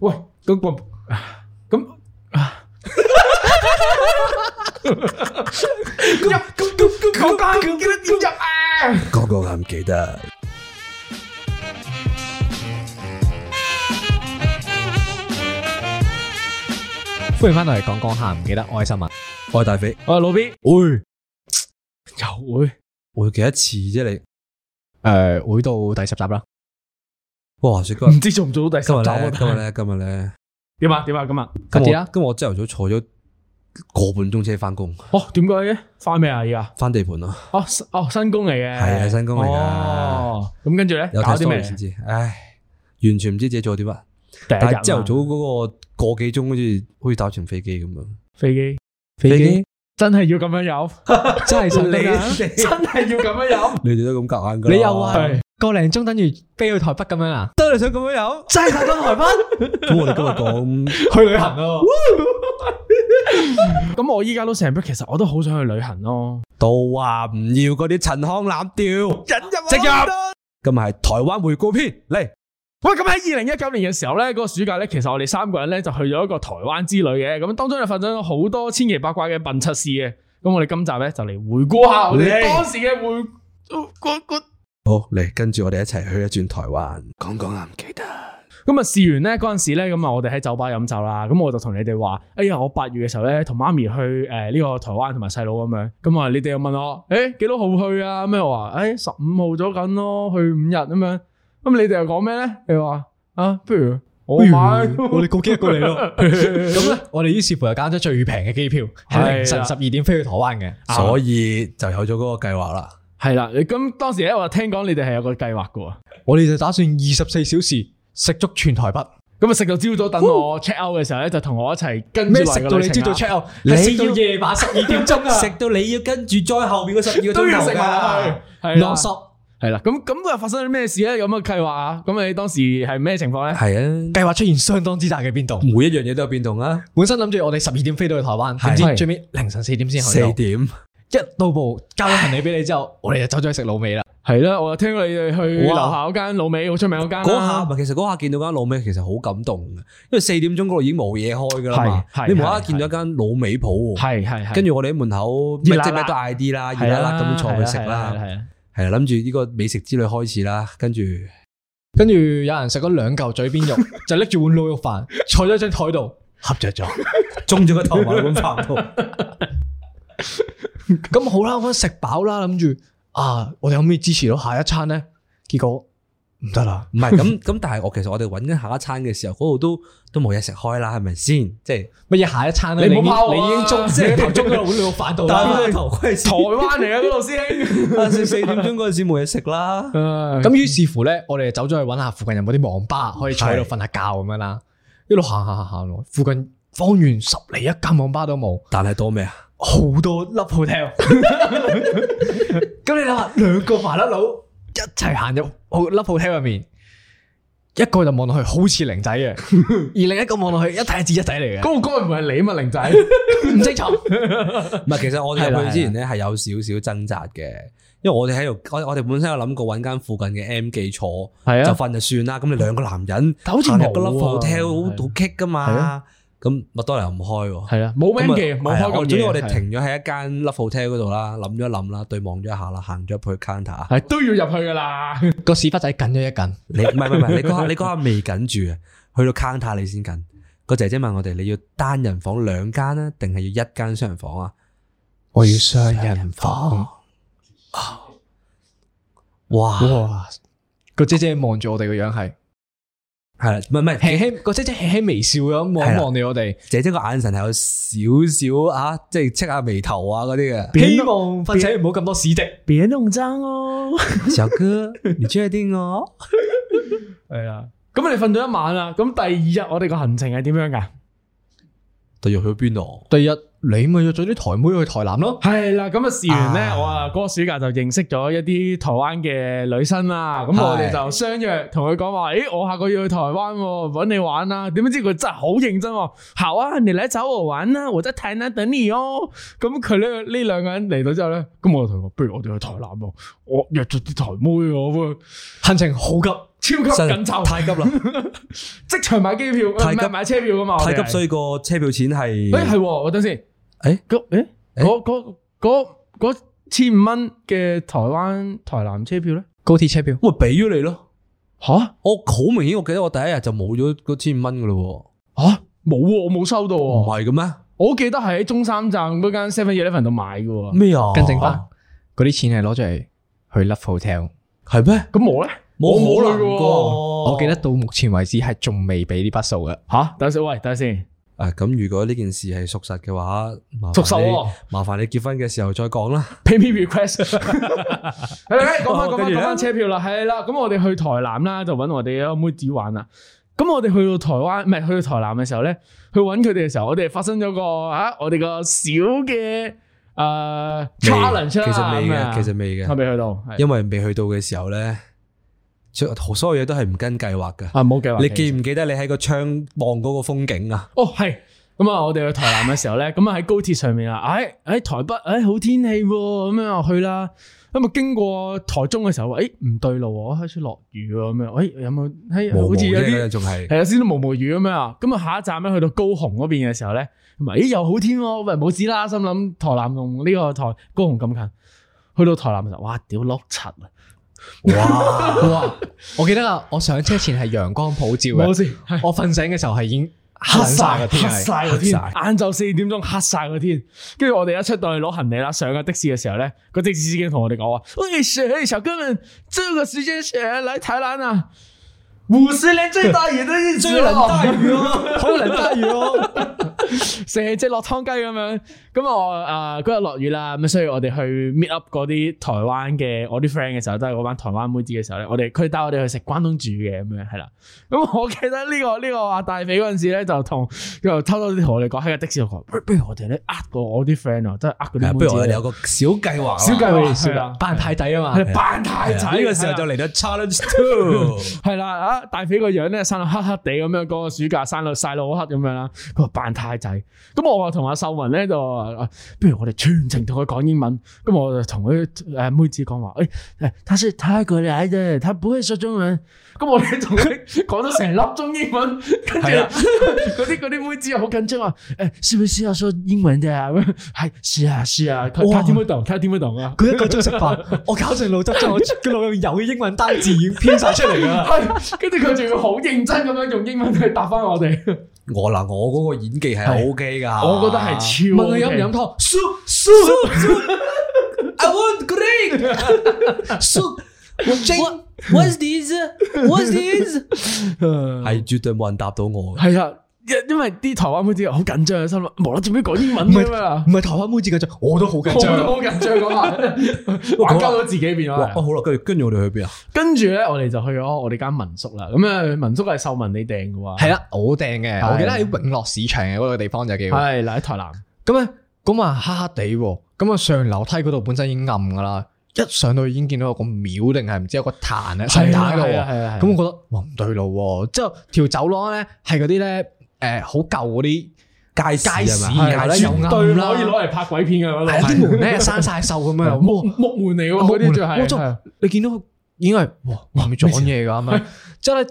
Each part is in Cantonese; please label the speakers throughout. Speaker 1: 喂，咁咁咁。入咁咁咁咁單，記得點入啊？
Speaker 2: 個個都唔記得。
Speaker 3: 歡迎翻到嚟講講下，唔記得愛新聞。
Speaker 2: 我係大肥，
Speaker 1: 我係老 B，
Speaker 2: 會
Speaker 1: 又會
Speaker 2: 會幾多次啫？你
Speaker 3: 誒，會到第十集啦。
Speaker 2: 哇！話說今
Speaker 1: 唔
Speaker 2: 日
Speaker 1: 知做唔做到第十
Speaker 2: 今日
Speaker 1: 集
Speaker 2: 咧
Speaker 1: 啊？，
Speaker 2: 今日咧，今日咧，
Speaker 1: 點啊？點啊？咁啊？
Speaker 3: 快
Speaker 2: 今
Speaker 3: 啲
Speaker 2: 日
Speaker 3: 啦
Speaker 2: 我今日我朝頭早坐咗個半鐘車翻工，
Speaker 1: 哦，點解嘅？翻咩啊？而家
Speaker 2: 翻地盤咯，
Speaker 1: 哦新哦新工嚟嘅，
Speaker 2: 係係新工嚟㗎
Speaker 1: 哦，咁跟住咧
Speaker 2: 有
Speaker 1: 搞
Speaker 2: 睇
Speaker 1: 啲咩
Speaker 2: story？先知。唉，完全唔知自己做啲乜。
Speaker 1: 第一
Speaker 2: 但
Speaker 1: 日
Speaker 2: 係朝頭早嗰個個幾鐘，好似好似打程飛機咁樣。
Speaker 1: 飛機
Speaker 3: 飛機
Speaker 1: 真係要咁樣有，
Speaker 3: 真係神力啊！
Speaker 2: 你
Speaker 1: 真係要咁樣有。
Speaker 2: 你哋都咁夾硬㗎啦
Speaker 3: 你又話
Speaker 1: 係
Speaker 3: 個零鐘等於飛去台北咁樣啊？
Speaker 2: 得你想咁樣有？
Speaker 3: 真係搭到台北
Speaker 2: 咁我哋今日講
Speaker 3: 去旅行咯。
Speaker 1: 咁我依家都成日，其實我都好想去旅行咯。
Speaker 2: 到話唔要嗰啲陳腔濫調，引入直入。今日係台灣回顧篇嚟。
Speaker 1: 喂，咁喺二零一九年嘅時候咧，嗰、個暑假咧，其實我哋三個人咧就去咗一個台灣之旅嘅，咁當中就發生咗好多千奇百怪嘅笨測試嘅。咁我哋今集咧就嚟回顧下我哋
Speaker 2: 嚟
Speaker 1: 當時嘅回顧顧顧
Speaker 2: 好嚟，跟住我哋一齊去一轉台灣，講講啊，唔記得。
Speaker 1: 咁啊，試完咧嗰陣時咧，咁啊，我哋喺酒吧飲酒啦。咁我就同你哋話：哎呀，我八月嘅時候咧，同媽咪去誒呢個台灣同埋細佬咁樣。咁啊，你哋又問我：誒幾多號去啊？咩我話：誒十五號咗緊咯，去五日咁樣。咁你哋又講咩咧？你話啊，不如我買，
Speaker 3: 哎我哋過幾日過嚟咯。咁咧，我哋於是乎就揀咗最平嘅機票，係啊凌晨
Speaker 1: 係啦
Speaker 3: 十二點飛去台灣嘅。
Speaker 1: 啊
Speaker 2: 所以就有咗嗰個計劃啦。
Speaker 1: 係啦。咁當時咧，我聽講你哋係有個計劃嘅喎。
Speaker 3: 我哋就打算二十四小時食足全台北。
Speaker 1: 咁啊，食到朝早等我 check out 嘅時候咧，就同我一齊跟住
Speaker 3: 咩
Speaker 1: 嚟
Speaker 3: 食
Speaker 1: 個
Speaker 3: 到
Speaker 1: 旅
Speaker 3: 啊你
Speaker 1: 程
Speaker 3: 朝
Speaker 1: 啊
Speaker 3: 早
Speaker 1: 啦
Speaker 3: check out，
Speaker 2: 你要
Speaker 3: 係食到夜晚十二點鐘 啊！
Speaker 2: 到你要跟住再後面嗰十二個
Speaker 1: 都要食埋落去，係啦
Speaker 3: 落索。
Speaker 1: 係啦，咁咁又發生咗咩事咧？咁嘅計劃啊，咁你當時係咩情況咧？
Speaker 2: 係啊，
Speaker 3: 計劃出現相當之大嘅變動。
Speaker 2: 每一樣嘢都有變動啊。
Speaker 3: 本身諗住我哋十二點飛到去台灣，
Speaker 2: 係
Speaker 3: 點知最尾凌晨四點先去
Speaker 2: 四
Speaker 3: 到。
Speaker 2: 點，
Speaker 1: 啊
Speaker 3: 一到步交咗行李俾你之後，我哋就走咗去食滷味啦。
Speaker 1: 係啦，我聽過你哋去樓
Speaker 2: 哇
Speaker 1: 下嗰間老味好出名嗰間
Speaker 2: 嗰下
Speaker 1: 啦，
Speaker 2: 咪其實嗰下見到間老味，其實好感動嘅，因為四點鐘嗰度已經冇嘢開㗎啦嘛。
Speaker 1: 係係
Speaker 2: 你無啦啦見到一間老味鋪喎，
Speaker 1: 係係係，
Speaker 2: 跟住我哋喺門口，即
Speaker 1: 熱辣辣啊
Speaker 2: 係咩都嗌啲啦，熱辣辣咁坐去食
Speaker 1: 係
Speaker 2: 啦。
Speaker 1: 係啊
Speaker 2: 係啦，諗住呢個美食之旅開始啦，跟住
Speaker 3: 跟住有人食咗兩嚿嘴 邊肉，就拎住碗滷肉飯坐咗張台度，恰着咗。
Speaker 2: 中咗個頭埋碗飯度。
Speaker 3: 咁好啦，我食飽啦，諗住啊，我哋可唔可以支持到下一餐咧？結果唔得啦，
Speaker 2: 唔係咁咁，但係我其實我哋揾緊下一餐嘅時候，嗰度都都冇嘢食開啦，係咪先？即係
Speaker 3: 乜嘢下一餐咧？
Speaker 1: 你
Speaker 3: 你
Speaker 1: 唔好拋我啊
Speaker 3: 已經你已經中，
Speaker 1: 即
Speaker 3: 即
Speaker 1: 係
Speaker 3: 係頭中咗落碗滷肉飯度
Speaker 2: 戴
Speaker 3: 啦。
Speaker 2: 翻頭盔
Speaker 1: 台灣嚟啊嗰度師 兄，
Speaker 2: 四四點鐘嗰陣時冇嘢食啦。
Speaker 1: 咁
Speaker 3: 咁於是乎咧，我哋就走咗去揾下附近有冇啲網吧可以坐喺度瞓下覺咁樣啦。一路行行行行咯，附近方圓十里一間網吧都冇，
Speaker 2: 但係多咩 啊？
Speaker 3: 好多粒 hotel。咁你諗下，兩個麻甩佬一齊行入好粒 hotel 入面，一個就望落去好似零仔 嘅，而另一個望落去一睇就知一仔嚟嘅，
Speaker 1: 嗰個歌唔係你嘛，玲仔，
Speaker 3: 唔清楚。
Speaker 2: 唔係，其實我哋入
Speaker 3: 係啦
Speaker 2: 去之前咧係有少少掙扎嘅，因為我哋喺度，我我哋本身有諗過揾間附近嘅 M 記坐，
Speaker 1: 係
Speaker 2: 就
Speaker 1: 啊，
Speaker 2: 瞓就算啦。咁你兩個男人
Speaker 1: 但好似
Speaker 2: 行入
Speaker 1: 冇
Speaker 2: 個 love
Speaker 1: 啊
Speaker 2: hotel 好
Speaker 1: 係
Speaker 2: 好棘噶
Speaker 1: 係啊
Speaker 2: 嘛。咁麥當勞唔開喎。
Speaker 1: 係啊，冇 M 記
Speaker 2: 咁
Speaker 1: 冇
Speaker 2: 啊
Speaker 1: 開過
Speaker 2: 我
Speaker 1: 嘢，
Speaker 2: 總之我哋
Speaker 1: 係
Speaker 2: 停咗喺一間 love hotel 嗰度啦，諗咗一諗啦，對望咗一下啦，行咗入去 counter。啊
Speaker 1: 係都要入去噶啦，
Speaker 3: 個屎忽仔緊咗一緊，
Speaker 2: 你唔係唔係唔係，你嗰下你嗰下未緊住啊，去到 counter 你先緊。個姐姐問我哋，你要單人房兩間啊，定係要一間雙人房啊？
Speaker 3: 我要雙人房。
Speaker 2: 哇，
Speaker 3: 哇！個姐姐望住我哋個樣係。
Speaker 2: 係啦，唔係唔係，
Speaker 3: 輕 輕個姐姐輕輕微笑咁望一望你我哋，
Speaker 2: 姐姐個眼神係有少少啊，即係戚下眉頭啊嗰啲嘅。
Speaker 1: 扁
Speaker 3: 希望瞓醒唔好咁多屎滴。
Speaker 1: 別弄髒哦，
Speaker 2: 小哥，你確定哦我？
Speaker 1: 係啊，咁你瞓咗一晚啦，咁第二日我哋個行程係點樣噶？
Speaker 2: 第日去邊度？
Speaker 3: 第二日你咪約咗啲台妹去台南咯。
Speaker 1: 係啦，咁啊試完咧，
Speaker 2: 啊
Speaker 1: 我啊嗰個暑假就認識咗一啲台灣嘅女生啦。咁
Speaker 2: 係
Speaker 1: 我哋就相約同佢講話，誒，我下個月去台灣喎，揾你玩啦。點知佢真係好認真喎，好啊，你嚟找我玩啦，我在台南等你哦。咁佢呢呢兩個人嚟到之後咧，咁我就同佢講，不如我哋去台南喎，我約咗啲台妹喎，咁啊
Speaker 3: 行程好急，
Speaker 1: 超級緊湊，
Speaker 2: 太急啦，
Speaker 1: 即場買機票，
Speaker 2: 太
Speaker 1: 唔
Speaker 2: 急
Speaker 1: 係買車票噶嘛，
Speaker 2: 太急，
Speaker 1: 水。
Speaker 2: 所以個車票錢係
Speaker 1: 誒係喎，等先，
Speaker 2: 誒
Speaker 1: 嗰誒嗰
Speaker 2: 誒
Speaker 1: 嗰嗰嗰千五蚊嘅台灣台南車票咧，
Speaker 3: 高鐵車票
Speaker 2: 我咪俾咗你咯。
Speaker 1: 吓
Speaker 2: 我好明顯，我記得我第一日就冇咗嗰千五蚊噶咯
Speaker 1: 吓冇喎，我冇收到
Speaker 3: 哦
Speaker 2: 喎，唔
Speaker 1: 喎，
Speaker 2: 係嘅咩？
Speaker 1: 我記得係喺中山站嗰間 Seven Eleven 度買嘅喎，
Speaker 2: 咩啊？
Speaker 3: 哦跟正翻，嗰啲錢係攞咗嚟去 Love Hotel。
Speaker 2: 係咩？
Speaker 1: 咁我咧我冇
Speaker 2: 冇
Speaker 1: 去
Speaker 2: 可能
Speaker 1: 嘅喎，
Speaker 2: 過。
Speaker 3: 我記得到目前為止係仲未俾呢筆數嘅。
Speaker 1: 吓等陣先，喂等陣先，
Speaker 2: 啊，咁如果呢件事係屬實嘅話，麻煩
Speaker 1: 熟手
Speaker 2: 你
Speaker 1: 喎。
Speaker 2: 麻煩你結婚嘅時候再講啦。
Speaker 1: pay me request。係啦講翻
Speaker 2: 哦
Speaker 1: 講翻
Speaker 2: 跟住
Speaker 1: 講
Speaker 2: 呢
Speaker 1: 翻車票啦，係啦，咁我哋去台南啦，就揾我哋嗰個妹子玩啦。咁我哋去到台灣，唔係去到台南嘅時候咧，去揾佢哋嘅時候，我哋發生咗個啊，我哋個小嘅誒 challenge 啦
Speaker 2: 其實未
Speaker 1: 咁啊
Speaker 2: 嘅，其實未
Speaker 1: 我
Speaker 2: 嘅，
Speaker 1: 未去到，係
Speaker 2: 因為未去到嘅時候咧，所有嘢都係唔跟計劃噶。
Speaker 1: 啊冇計劃。
Speaker 2: 你記唔記得你喺個窗望嗰個風景啊？
Speaker 1: 哦，係。咁啊，我哋去台南嘅時候咧，咁啊喺高鐵上面啊，唉、喺台北，唉、好天氣喎、咁樣啊去啦。咁啊經過台中嘅時候，誒、唔對路喎，開始落雨喎，咁樣，誒、有冇？誒、
Speaker 2: 模
Speaker 1: 好
Speaker 2: 糊
Speaker 1: 似有
Speaker 2: 啫，嗰
Speaker 1: 啲
Speaker 2: 陣仲係
Speaker 1: 係有少少毛毛雨咁樣啊。咁啊下一站咧去到高雄嗰邊嘅時候咧，咁啊咦又好天喎、喂冇事啦，心諗台南同呢個台高雄咁近，去到台南嘅時候，哇屌碌柒啊，
Speaker 2: 哇！
Speaker 3: 哇！我記得啦，我上車前係陽光普照
Speaker 1: 冇
Speaker 3: 嘅，
Speaker 1: 事，係
Speaker 3: 我瞓醒嘅時候係已經黑
Speaker 1: 黑
Speaker 3: 晒
Speaker 1: 晒
Speaker 3: 嘅
Speaker 1: 個天，
Speaker 3: 天
Speaker 1: 黑
Speaker 3: 係。
Speaker 1: 晒個天，
Speaker 2: 黑
Speaker 1: 晏晝四點鐘黑晒個天，跟住我哋一出到去攞行李啦，上架的士嘅時候咧，個的士司機同我哋講話：，喂，小小哥們，這個時間選來台南啊，五十年最大雨的日子、哦，
Speaker 2: 咯，好冷大雨咯。
Speaker 1: 成隻落湯雞咁樣。咁我啊嗰日落雨啦，咁所以我哋去 meet up 嗰啲台灣嘅我啲 friend 嘅時候，都係嗰班台灣妹子嘅時候咧，我哋佢帶我哋去食關東煮嘅咁樣係啦。咁我記得呢、個 呢、個阿大肥嗰陣時咧，就同就偷偷啲同我哋講喺個的士度講，不如不如我哋咧呃過我啲 friend 啊，真係呃嗰啲妹子。
Speaker 2: 不如我哋有個小計劃啦。
Speaker 1: 小計劃係啦
Speaker 3: 扮太仔啊嘛，
Speaker 1: 係扮太仔，
Speaker 2: 啊呢個時候就嚟到 challenge two。
Speaker 1: 係啦，啊大肥個樣咧生到黑黑地咁樣，嗰、個暑假生到晒到好黑咁樣啦。佢話扮太仔，咁我話同阿秀文咧就話，啊不如我哋全程同佢講英文。咁我就同佢誒妹子講話，誒、誒，他是泰國嚟嘅，他不會說中文。咁我哋同佢 講咗成粒鐘英文，跟住
Speaker 2: 係啦
Speaker 1: 嗰啲嗰啲妹子又好緊張啊，誒，是不是要說英文的啊？咁 樣係，是啊，是啊，他他
Speaker 3: 哇
Speaker 1: 聽不懂，他聽不懂啊。
Speaker 3: 佢一個鐘食 飯，我搞盡腦汁將我嘅腦用有嘅英文單字已經編晒出嚟㗎啦。
Speaker 1: 係， 跟住佢仲要好認真咁樣用英文去答翻我哋。
Speaker 2: 我嗱，我嗰個演技係 O K 噶，
Speaker 1: 我覺得係超。
Speaker 3: 啊問佢飲唔飲？湯
Speaker 2: ，soup soup soup，I want green soup。What's this? What's this? 係絕對冇人答到我嘅。
Speaker 1: 係啊，因因為啲台灣妹子好緊張，啊心諗無啦，做咩講英文咁樣啊
Speaker 3: 唔？係台灣妹子緊張，我都好緊
Speaker 1: 我都
Speaker 3: 張。
Speaker 1: 好緊張嗰 下，玩鳩咗自己變
Speaker 2: 哇！
Speaker 1: 咗。啊
Speaker 2: 好啦，跟住跟住我哋去邊啊？
Speaker 1: 跟住咧，我哋就去咗我哋間民宿啦。咁啊，民宿係秀文你訂嘅喎。
Speaker 3: 係啦，我訂嘅，
Speaker 1: 係
Speaker 3: 我記得喺永樂市場嘅嗰個地方就叫。
Speaker 1: 係嗱喺台南，
Speaker 3: 咁咧，咁啊黑黑地喎，咁啊上樓梯嗰度本身已經暗㗎啦，一上到已經見到有個廟定係唔知有個壇咧，神壇喺度
Speaker 1: 係
Speaker 3: 喎
Speaker 1: 啊。係啊係啊。
Speaker 3: 咁我覺得哇唔對路喎，之後條走廊咧係嗰啲咧誒好舊嗰啲
Speaker 2: 街市
Speaker 3: 街市
Speaker 2: 係嘛？
Speaker 1: 係
Speaker 3: 然後
Speaker 1: 啊
Speaker 3: 咧又
Speaker 1: 絕
Speaker 3: 暗
Speaker 1: 對
Speaker 3: 啦，
Speaker 1: 可以攞嚟拍鬼片嘅嗰
Speaker 3: 係啊
Speaker 1: 度。
Speaker 3: 啲門咧生晒鏽咁樣，
Speaker 1: 木
Speaker 3: 哇！
Speaker 1: 木門嚟喎，
Speaker 3: 木
Speaker 1: 嗰
Speaker 3: 門
Speaker 1: 啲仲
Speaker 3: 我真
Speaker 1: 係。啊
Speaker 3: 你見到已經係哇哇撞嘢㗎 咁樣，之後咧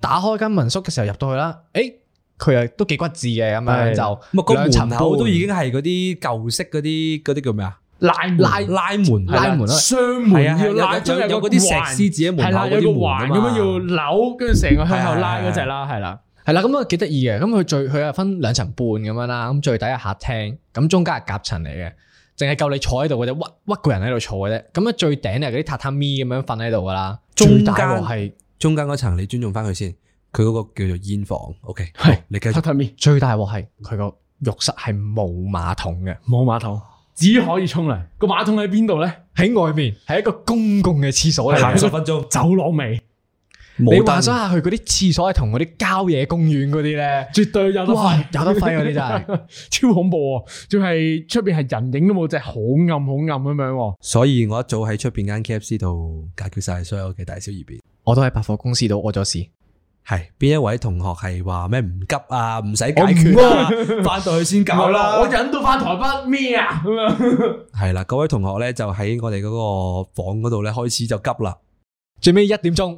Speaker 3: 打開間民宿嘅時候入到去啦，誒佢又都幾骨致嘅咁樣
Speaker 1: 係
Speaker 2: 唔係
Speaker 3: 就
Speaker 2: 個
Speaker 3: 兩層
Speaker 2: 門口都已
Speaker 3: 經
Speaker 2: 經係嗰啲舊式嗰啲嗰啲叫咩啊？
Speaker 1: 拉門
Speaker 2: 拉拉門
Speaker 3: 拉門啦
Speaker 1: 雙門
Speaker 2: 係啊，
Speaker 1: 要
Speaker 2: 係
Speaker 1: 拉
Speaker 2: 啊有有有嗰啲石獅子喺
Speaker 1: 係
Speaker 2: 門
Speaker 1: 啦，
Speaker 2: 口
Speaker 1: 有
Speaker 2: 嗰
Speaker 1: 個
Speaker 2: 啲門啊
Speaker 1: 環咁
Speaker 2: 嘛
Speaker 1: 樣要扭，跟住成個向後拉
Speaker 2: 係係
Speaker 1: 嗰只啦，係啦，
Speaker 3: 係啦，咁啊幾得意嘅，咁佢最佢係分兩層半咁樣啦，咁最底係客廳，咁中間係夾層嚟嘅，淨係夠你坐喺度嘅啫，屈屈個人喺度坐嘅啫，咁啊最頂係嗰啲榻榻米咁樣瞓喺度噶啦，
Speaker 2: 中間
Speaker 3: 最大鑊係
Speaker 2: 中間嗰層你尊重翻佢先，佢嗰個叫做煙房，OK，
Speaker 1: 係
Speaker 2: 你繼
Speaker 1: 榻
Speaker 2: 續。
Speaker 1: 榻米
Speaker 3: 最大鑊係佢個浴室係冇馬桶嘅，
Speaker 1: 冇馬桶，只可以沖涼。個馬桶喺邊度咧？
Speaker 3: 喺外面係一個公共嘅廁所 嚟
Speaker 1: 係
Speaker 3: 嘅
Speaker 1: 啊。
Speaker 2: 分鐘，
Speaker 1: 走廊尾，
Speaker 3: 你
Speaker 2: 冇
Speaker 3: 幻
Speaker 2: 單
Speaker 3: 想下佢嗰啲廁所係同嗰啲郊野公園嗰啲咧，
Speaker 1: 絕對有得
Speaker 3: 哇
Speaker 1: 揮，
Speaker 3: 有得揮嗰啊啲真係
Speaker 1: 超恐怖喎！仲係出邊係人影都冇，隻好暗好暗咁樣喎。
Speaker 2: 所以我一早喺出邊間 KFC 度解決晒所有嘅大小二便。
Speaker 3: 我都喺百貨公司度屙咗屎，
Speaker 2: 係邊一位同學係話咩唔急啊，唔使解決啊，翻到去先搞啦。
Speaker 1: 我忍到翻台北咩啊？咁樣
Speaker 2: 係啦，嗰 位同學咧就喺我哋嗰個房嗰度咧開始就急啦。
Speaker 3: 最尾一點鐘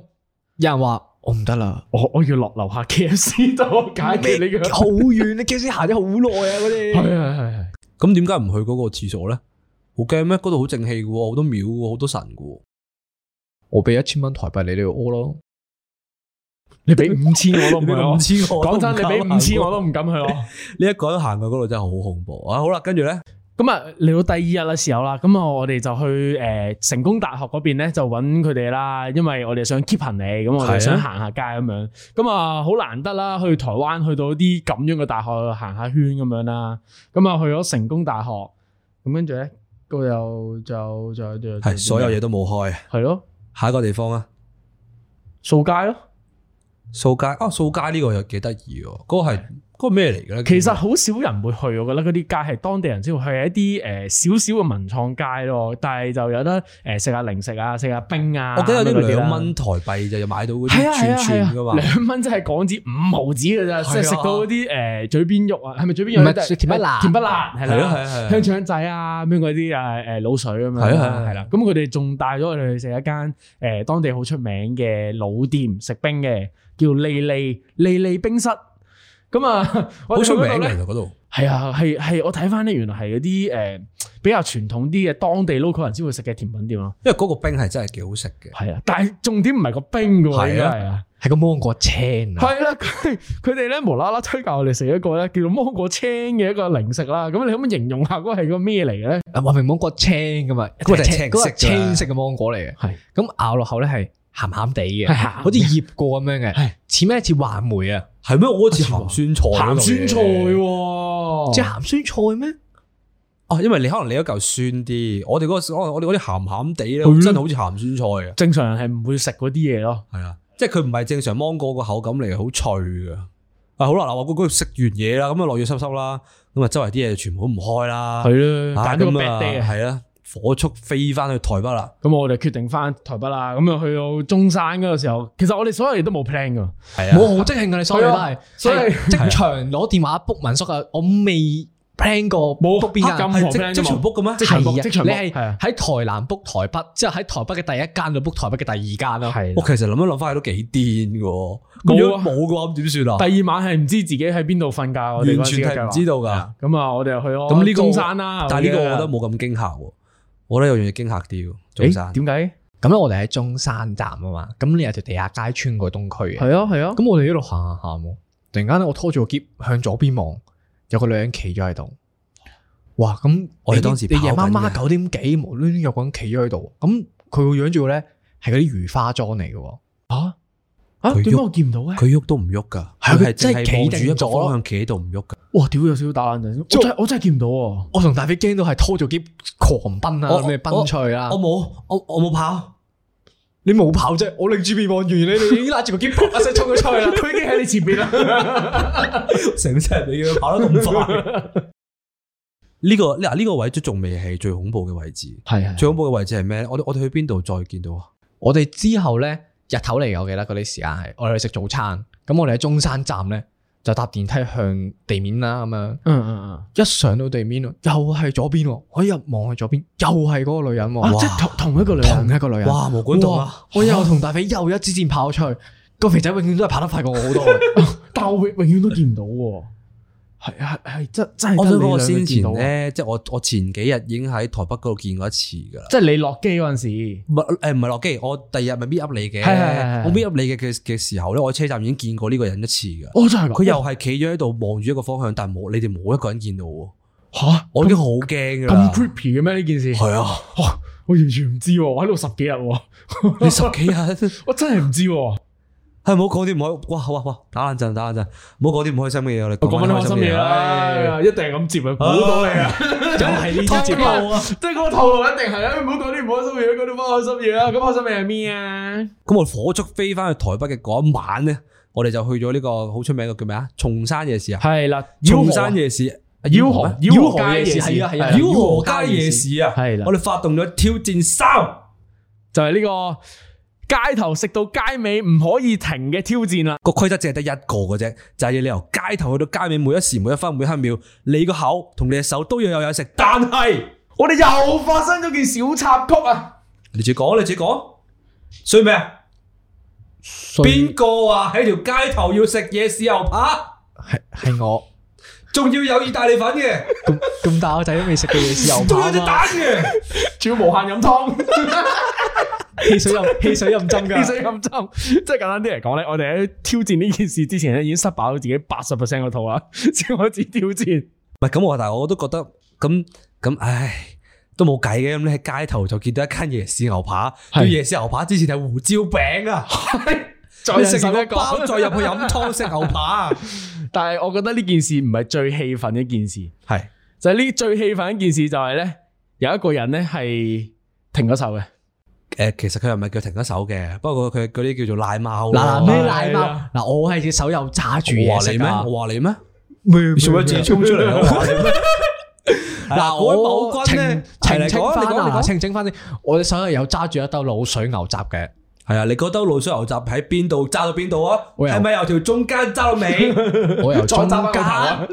Speaker 3: 有人話我唔得啦，
Speaker 1: 我我要落樓下 K F C 度解決你嘅。
Speaker 3: 好遠，你 K 先行咗好耐啊嗰
Speaker 1: 係
Speaker 3: 啲。
Speaker 1: 係係係，
Speaker 2: 咁點解唔去嗰個廁所咧？好驚咩？嗰度好正氣嘅喎，好多廟嘅喎，好多神嘅喎。
Speaker 3: 我俾一千蚊台幣你，你要屙咯。
Speaker 1: 你俾五千我哦都唔去咯。
Speaker 2: 千我
Speaker 1: 講真，你俾五千我都唔敢去咯。
Speaker 2: 你一個人行過嗰度真係好恐怖啊！好啦，跟住 咧，
Speaker 1: 咁啊，嚟到第二日嘅時候啦，咁啊，我哋就去誒、呃成功大學嗰邊咧，就揾佢哋啦，因為我哋想 keep 行李，咁我
Speaker 2: 係啊
Speaker 1: 哋想行下街咁樣，咁啊，好難得啦，去台灣去到啲咁樣嘅大學行下圈咁樣啦，咁啊，去咗成功大學，咁跟住咧，嗰度就就就
Speaker 2: 係所有嘢都冇開。
Speaker 1: 係咯，
Speaker 2: 下一個地方啊，
Speaker 1: 掃街
Speaker 2: 嗯
Speaker 1: 咯。
Speaker 2: 掃街啊，掃街呢個又幾得意喎。嗰個係嗰個咩嚟嘅咧？
Speaker 1: 其實好少人會去，我覺得嗰啲街係當地人先會去，係一啲誒少少嘅文創街咯，但係就有得誒食下零食啊，食下冰啊，
Speaker 2: 我記得有
Speaker 1: 咁樣
Speaker 2: 啲
Speaker 1: 嗰啦
Speaker 2: 兩蚊台幣就買到嗰
Speaker 1: 係
Speaker 2: 啲
Speaker 1: 啊係
Speaker 2: 串
Speaker 1: 啊係
Speaker 2: 串噶
Speaker 1: 啊，
Speaker 2: 嘛。
Speaker 1: 兩蚊真係港紙五毫子嘅咋，
Speaker 2: 係啊
Speaker 1: 即係食到嗰啲誒嘴邊肉啊，係咪嘴邊肉？
Speaker 3: 唔係甜不辣
Speaker 1: 甜不辣係
Speaker 2: 係啊係
Speaker 1: 啦，
Speaker 2: 啊係啊。
Speaker 1: 香腸仔啊，咩嗰啲啊誒滷水咁樣啦，
Speaker 2: 係啊係啊
Speaker 1: 係啦。咁佢哋仲帶咗我哋去食一間誒當地好出名嘅老店食冰嘅，叫莉莉莉莉冰室。咁啊，我
Speaker 2: 好
Speaker 1: 哋去
Speaker 2: 出
Speaker 1: 嗰
Speaker 2: 名
Speaker 1: 度
Speaker 2: 嘅
Speaker 1: 咧
Speaker 2: 其實嗰度，
Speaker 1: 係啊，係係，我睇翻咧，原來係嗰啲誒比較傳統啲嘅當地 local 人先會食嘅甜品店咯。
Speaker 2: 因為嗰個冰係真係幾好食嘅。
Speaker 1: 係啊，但係重點唔係個冰嘅喎，應該
Speaker 2: 係啊
Speaker 1: 係啊。
Speaker 3: 係個芒果青啊！
Speaker 1: 係啦，佢佢哋咧無啦啦推介我哋食一個咧叫做芒果青嘅一個零食啦。咁你可唔可以形容下嗰個係個咩嚟嘅咧？
Speaker 3: 啊話明芒果青噶嘛，
Speaker 2: 嗰個
Speaker 3: 係
Speaker 2: 係
Speaker 3: 青
Speaker 2: 青
Speaker 3: 嗰個係
Speaker 2: 色㗎啦
Speaker 3: 青色嘅芒果嚟嘅，
Speaker 1: 係
Speaker 3: 咁咬落口咧係鹹鹹地嘅，
Speaker 1: 係鹹
Speaker 3: 好似醃過咁樣
Speaker 1: 係
Speaker 3: 嘅，似咩？似話梅啊，
Speaker 2: 係咩？我好似鹹酸菜嗰度嘅，
Speaker 1: 鹹酸菜喎，
Speaker 3: 即係鹹酸菜咩？
Speaker 2: 哦，因為你可能你嗰嚿酸啲，我哋嗰、個我我哋嗰啲鹹鹹地咧，
Speaker 1: 係咯
Speaker 2: 真係好似鹹酸菜嘅，啊
Speaker 1: 正常人係唔會食嗰啲嘢咯。
Speaker 2: 係啊，即係佢唔係正常芒果個口感嚟，好脆嘅。啊，好啦，嗱，我嗰嗰食完嘢啦，咁啊落雨濕濕啦，咁啊周圍啲嘢全部都唔開啦，
Speaker 1: 係啦，
Speaker 2: 啊
Speaker 1: 揀咗個
Speaker 2: 咁
Speaker 1: bad
Speaker 2: 啊
Speaker 1: day 啊。
Speaker 2: 係啦，火速飛翻去台北啦，
Speaker 1: 咁我哋決定翻台北啦。咁啊去到中山嗰個時候，其實我哋所有嘢都冇 plan 噶，
Speaker 2: 係啊，
Speaker 3: 冇好即興㗎，你所有都係，
Speaker 1: 所以
Speaker 3: 係即場攞電話 book 民宿啊，我未 plan 過
Speaker 1: 冇
Speaker 3: book 邊間
Speaker 1: 任何
Speaker 2: 係啊
Speaker 1: plan
Speaker 2: 即
Speaker 1: 都
Speaker 2: 即場
Speaker 1: 冇
Speaker 2: book 嘅咩？
Speaker 1: 即
Speaker 3: 係
Speaker 1: 場
Speaker 3: 啊
Speaker 1: book，即場 book，
Speaker 3: 你
Speaker 1: 係啊
Speaker 3: 係喺台南 book 台北，之後喺台北嘅第一間就 book 台北嘅第二間咯。
Speaker 1: 係
Speaker 2: 我
Speaker 1: 啦。
Speaker 2: 其實諗一諗翻去都幾癲嘅
Speaker 1: 冇啊
Speaker 2: 喎，咁如果冇嘅話咁點算啊？
Speaker 1: 第二晚係唔知自己喺邊度瞓覺，我哋
Speaker 2: 完全係唔知
Speaker 1: 道。
Speaker 2: 道㗎。
Speaker 1: 咁啊，我哋去咗
Speaker 2: 咁呢個
Speaker 1: 中山啦。
Speaker 2: 但係啊呢個我覺得
Speaker 1: 冇
Speaker 2: 冇咁驚嚇喎，我覺得有樣嘢驚嚇啲喎，中山。
Speaker 1: 點解？
Speaker 3: 咁咧，我哋喺中山站啊嘛，咁你有條地下街穿過東區嘅。
Speaker 1: 係啊
Speaker 2: 哦
Speaker 1: 係啊。
Speaker 3: 咁我哋一路行行行喎，突然間咧，我拖住個箧向左邊望，有個女人企咗喺度。哇！咁
Speaker 2: 我哋
Speaker 3: 你
Speaker 2: 當時
Speaker 3: 你夜
Speaker 2: 跑
Speaker 3: 媽
Speaker 2: 緊
Speaker 3: 媽
Speaker 2: 嘅
Speaker 3: 九點幾，無端端有個人企咗喺度。咁佢個樣仲要咧係嗰啲如花妝嚟嘅喎。
Speaker 1: 啊，
Speaker 2: 佢
Speaker 1: 點解
Speaker 2: 喐
Speaker 1: 我見唔到嘅？
Speaker 2: 佢喐都唔喐噶，
Speaker 3: 係啊
Speaker 2: 佢係
Speaker 3: 佢真
Speaker 2: 真
Speaker 3: 係
Speaker 2: 係
Speaker 3: 企
Speaker 2: 企
Speaker 3: 定
Speaker 2: 住一個
Speaker 3: 咗咯
Speaker 2: 方向企喺度唔喐噶。
Speaker 1: 哇！屌有少少打冷震，我
Speaker 3: 即係
Speaker 1: 真係我真係見唔到喎。
Speaker 3: 我同大飛驚到係拖住箧狂奔啊，
Speaker 2: 我
Speaker 3: 咁你奔出去啦。
Speaker 2: 冇，我我冇跑，
Speaker 3: 你冇跑啫，我擰住面望完你，你已經拉住個箧砰一聲衝咗出去 啦。
Speaker 1: 佢已經喺你前邊啦。
Speaker 2: 成世人你要跑得咁快。呢個嗱呢個位都仲未係最恐怖嘅位置，
Speaker 1: 係係
Speaker 2: 最恐怖嘅位置係咩咧？我哋我哋去邊度再見到啊？
Speaker 3: 我哋之後咧日頭嚟嘅，我記得嗰啲時間係我哋去食早餐，咁我哋喺中山站咧就搭電梯向地面啦，咁樣
Speaker 1: 嗯嗯
Speaker 3: 一上到地面喎又係左邊喎，我一入望去左邊又係嗰個女人
Speaker 1: 嗯。啊
Speaker 3: 喎，，
Speaker 1: 即係同同一個女人
Speaker 3: 同。一個女人，
Speaker 2: 哇毛管戙啊
Speaker 3: 哇！我又同大肥又一支箭跑咗出去，個肥仔永遠都係跑得快過我好多嘅，
Speaker 1: 但我永永遠都見唔到喎。係係係真真係
Speaker 2: 我
Speaker 1: 得你
Speaker 2: 想講我
Speaker 1: 兩個
Speaker 2: 先
Speaker 1: 見到啊
Speaker 2: 前
Speaker 1: 喎。
Speaker 2: 咧，即係我我前幾日已經喺台北嗰度見過一次噶啦。
Speaker 1: 即係你落機嗰陣時，
Speaker 2: 唔係誒唔係落機，我第二日咪 meet up 你嘅
Speaker 1: 係係係係，
Speaker 2: 我 meet up 你嘅嘅嘅時候咧，我喺車站已經見過呢個人一次噶。
Speaker 1: 哦真係㗎
Speaker 2: 佢又係企咗喺度望住一個方向，但係冇你哋冇一個人見到喎。
Speaker 1: 吓
Speaker 2: 我已經好驚噶
Speaker 1: 咁
Speaker 2: 啦。
Speaker 1: creepy 嘅咩呢件事？
Speaker 2: 係啊。
Speaker 1: 哇我完全唔知喎，我喺度十幾日喎，
Speaker 2: 你十幾日，
Speaker 1: 我真係唔知喎。
Speaker 2: 係唔好講啲唔開，哇哇哇，打冷震打冷震，唔好講啲唔開心嘅嘢，我哋
Speaker 1: 我
Speaker 2: 講
Speaker 1: 講
Speaker 2: 翻
Speaker 1: 翻啲
Speaker 2: 啲
Speaker 1: 開心嘢哎啦，一定係咁接啊，估到你 啊，
Speaker 3: 又係呢支箭。
Speaker 1: 啊，即係嗰個套路一定係啊，唔好講啲唔開心嘢，講啲翻開心嘢啦。咁開心嘢係咩啊？
Speaker 2: 咁我火速飛翻去台北嘅嗰一晚咧，我哋就去咗呢個好出名嘅叫咩啊？松山夜市啊，
Speaker 1: 係啦，
Speaker 2: 松山夜市，
Speaker 1: 妖河啊
Speaker 2: 咩
Speaker 1: 嗯妖河街夜市
Speaker 3: 係啊係啊
Speaker 2: 妖河街夜市啊，
Speaker 1: 係啦
Speaker 2: 我哋發動咗挑戰三。
Speaker 1: 就係呢個街頭食到街尾唔可以停嘅挑戰啦。
Speaker 2: 個規則淨係得一個嘅啫，就係、你由街頭去到街尾，每一時每一分每一刻秒，你個口同你嘅手都要有嘢食。但係
Speaker 1: 我哋又發生咗件小插曲啊！
Speaker 2: 你自己講，你自己講，衰咩啊？
Speaker 3: 衰
Speaker 2: 邊個啊？喺條街頭要食嘢豉油扒，
Speaker 3: 係係我
Speaker 2: 仲要有意大利粉 嘅，
Speaker 3: 咁咁大個仔都未食過嘢豉油
Speaker 2: 仲有
Speaker 3: 扒
Speaker 2: 隻
Speaker 3: 嘛
Speaker 2: 蛋嘅，
Speaker 1: 仲要無限飲湯，
Speaker 3: 汽水又汽水又唔 斟㗎，
Speaker 2: 啊
Speaker 1: 其實飲湯，即係簡單啲嚟講咧，我哋喺挑戰呢件事之前咧，已經失爆咗自己八十啊 percent 個 肚啦，先開始挑戰。
Speaker 2: 唔係咁我，但係我都覺得咁咁，唉，都冇計嘅。咁你喺街頭就見到一間夜市牛扒，
Speaker 1: 係
Speaker 2: 啲夜市牛扒之前係胡椒餅 啊，
Speaker 1: 再
Speaker 2: 你食完
Speaker 1: 一
Speaker 2: 個
Speaker 1: 個
Speaker 2: 包再入去飲湯食牛 扒，啊
Speaker 1: 但係我覺得呢件事唔係最氣憤嘅一件事，
Speaker 2: 係
Speaker 1: 就係呢最氣憤一件事就係咧，有一個人咧係停咗手嘅，
Speaker 2: 誒，其實佢又唔係叫停咗手嘅，不過佢嗰啲叫做賴貓咯
Speaker 3: 嗱嗱咩奶
Speaker 1: 係
Speaker 3: 貓
Speaker 1: 啦？
Speaker 3: 嗱我係隻手又揸住
Speaker 2: 我
Speaker 3: 嘢
Speaker 2: 話
Speaker 3: 食
Speaker 2: 你咩？
Speaker 3: 啊
Speaker 2: 我話你咩？
Speaker 3: 咩咩
Speaker 2: 你做咩自己衝出 嚟啊？我 話你咩？嗱，
Speaker 3: 嗱，
Speaker 2: 嗰位
Speaker 3: 我
Speaker 2: 某君
Speaker 3: 澄
Speaker 2: 咧，係
Speaker 3: 澄
Speaker 2: 你
Speaker 3: 清
Speaker 2: 講
Speaker 3: 翻
Speaker 2: 你講你
Speaker 3: 啊，
Speaker 2: 講
Speaker 3: 澄清翻先，我隻手係有揸住一兜滷水牛雜嘅，
Speaker 2: 係啊，你嗰兜滷水牛雜喺邊度揸到邊度啊？
Speaker 3: 我有
Speaker 2: 係咪由條中間揸到 尾？
Speaker 3: 我 由中間
Speaker 2: 再揸翻個頭啊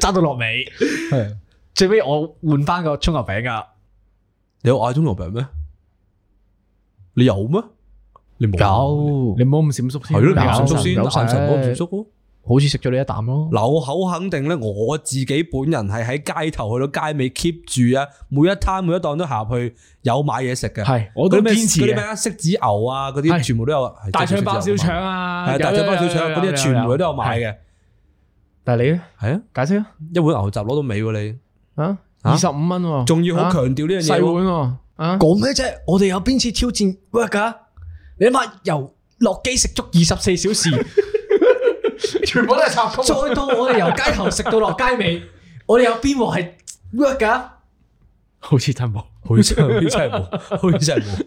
Speaker 3: 揸到落 尾，
Speaker 1: 係
Speaker 3: 最尾我換翻個葱油餅啊噶，
Speaker 2: 你有嗌中牛病咩？你有咩？你冇
Speaker 3: 有
Speaker 1: 你，唔好咁閃縮先，
Speaker 2: 係咯，你
Speaker 3: 有
Speaker 2: 閃縮先，
Speaker 3: 有晒
Speaker 2: 眼神我唔閃縮咯。
Speaker 3: 好似食咗你一啖咯，
Speaker 2: 嗱，我好肯定咧，我自己本人係喺街頭去到街尾 keep 住啊，每一攤每一檔都行入去有買嘢食嘅。
Speaker 1: 係我
Speaker 2: 嗰
Speaker 1: 都
Speaker 2: 啲咩
Speaker 1: 堅持
Speaker 2: 嗰啲
Speaker 1: 嘅
Speaker 2: 咩色子牛啊，嗰
Speaker 1: 係
Speaker 2: 啲全部都有。係
Speaker 1: 大腸包小腸
Speaker 2: 係
Speaker 1: 啊，
Speaker 2: 啊，大腸包小腸嗰啲全部都有賣
Speaker 1: 嘅。
Speaker 2: 嘅。
Speaker 1: 但係你咧，
Speaker 2: 係啊，
Speaker 1: 解釋啊，
Speaker 2: 一碗牛雜攞到尾喎你，
Speaker 1: 啊，
Speaker 2: 啊
Speaker 1: 二十五蚊喎，
Speaker 2: 仲要好強調呢樣
Speaker 1: 細
Speaker 2: 嘢喎。
Speaker 1: 碗喎，啊，
Speaker 3: 講咩啫？我哋有邊次挑戰 work 噶？你諗下由落機食足二十四小 時，
Speaker 1: 全部都係插曲
Speaker 3: 再到我哋由街頭食到落街尾，我哋有邊鑊係啊 work 噶？
Speaker 1: 好似真冇。
Speaker 2: 好似真係好似真係冇，好似真係冇。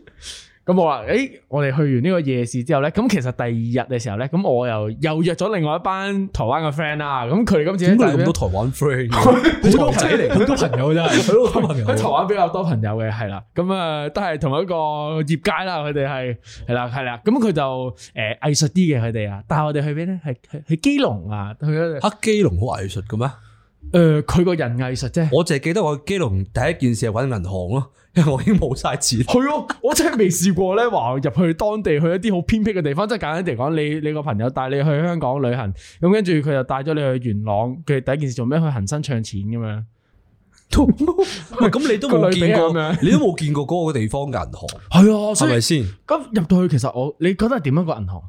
Speaker 1: 咁我話，誒，我哋去完呢個夜市之後咧，咁其實第二日嘅時候咧，咁我又又約咗另外一班台灣嘅 friend 啦，咁佢哋今次咧
Speaker 2: 點
Speaker 1: 就
Speaker 2: 解
Speaker 1: 係
Speaker 2: 你咁
Speaker 1: 咩
Speaker 2: 多台灣 friend 嘅？好台仔嚟，
Speaker 3: 好多朋友真係，
Speaker 2: 好多朋友
Speaker 1: 喺台。灣比較多朋友嘅，係啦，咁啊都係同一個業界啦，佢哋係係啦係啦，咁佢就誒藝術啲嘅佢哋啊，但係我哋去邊咧？係係去基隆啊，去咗
Speaker 2: 黑基隆好藝術嘅咩？
Speaker 1: 誒佢個人藝術啫。
Speaker 2: 我淨係記得我基隆第一件事係揾銀行咯，因為我已經冇晒錢。
Speaker 1: 係咯，我真係未試過咧，話入去當地去一啲好偏僻嘅地方，即係簡單地講，你你個朋友帶你去香港旅行，咁跟住佢就帶咗你去元朗，佢第一件事做咩？去恒生唱錢咁樣。
Speaker 2: 喂咁你都
Speaker 1: 個
Speaker 2: 冇
Speaker 1: 女俾
Speaker 2: 見過
Speaker 1: 咁樣，
Speaker 2: 你都冇見過嗰個地方嘅銀行，
Speaker 1: 係啊，
Speaker 2: 係
Speaker 1: 所以
Speaker 2: 咪先？
Speaker 1: 咁入到去，其實我你覺得係點樣個銀行？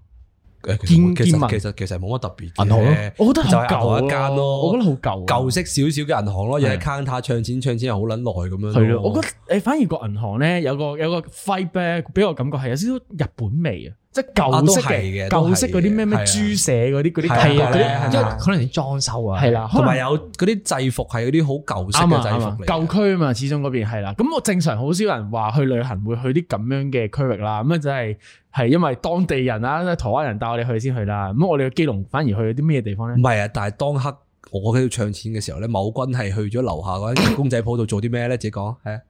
Speaker 2: 誒其實冇
Speaker 1: 見
Speaker 2: 其
Speaker 1: 見聞
Speaker 2: 實其實其實冇乜特別嘅
Speaker 3: 銀行咯
Speaker 1: 我覺得
Speaker 2: 啊就
Speaker 1: 好舊啊
Speaker 2: 係銀行一間咯
Speaker 1: 我覺得好舊，啊
Speaker 2: 舊式少少嘅銀行咯，又係
Speaker 1: 係
Speaker 2: counter 唱錢唱錢又好撚耐咁樣。
Speaker 1: 係咯，我覺得誒反而個銀行咧有個有個 vibe 咧，俾我感覺係有少少日本味啊，即係
Speaker 2: 啊都
Speaker 1: 舊式
Speaker 2: 係
Speaker 1: 嘅
Speaker 2: 嘅都係
Speaker 1: 舊式嗰啲咩咩
Speaker 2: 嘅係啊
Speaker 1: 豬舍嗰啲嗰啲
Speaker 2: 係啊
Speaker 1: 感覺
Speaker 2: 係啊
Speaker 1: 咧
Speaker 2: 係啊
Speaker 3: 因為可能啲裝修啊，
Speaker 1: 係啦，可
Speaker 2: 同
Speaker 1: 能
Speaker 2: 埋有嗰啲制服係嗰啲好舊式
Speaker 1: 啱
Speaker 2: 嘅
Speaker 1: 啊
Speaker 2: 制
Speaker 1: 啱啊
Speaker 2: 服嚟
Speaker 1: 舊
Speaker 2: 嘅。
Speaker 1: 區啊嘛，始終嗰邊係啦。咁我正常好少人話去旅行會去啲咁樣嘅區域啦。咁啊，就係係因為當地人啦，台灣人帶我哋去先去啦。咁我哋去基隆反而去啲咩地方
Speaker 2: 唔
Speaker 1: 咧？
Speaker 2: 係啊，但係當刻我喺度唱錢嘅時候咧，某君係去咗樓下嗰間公仔鋪度做啲咩咧？自己講係啊，
Speaker 1: 嗯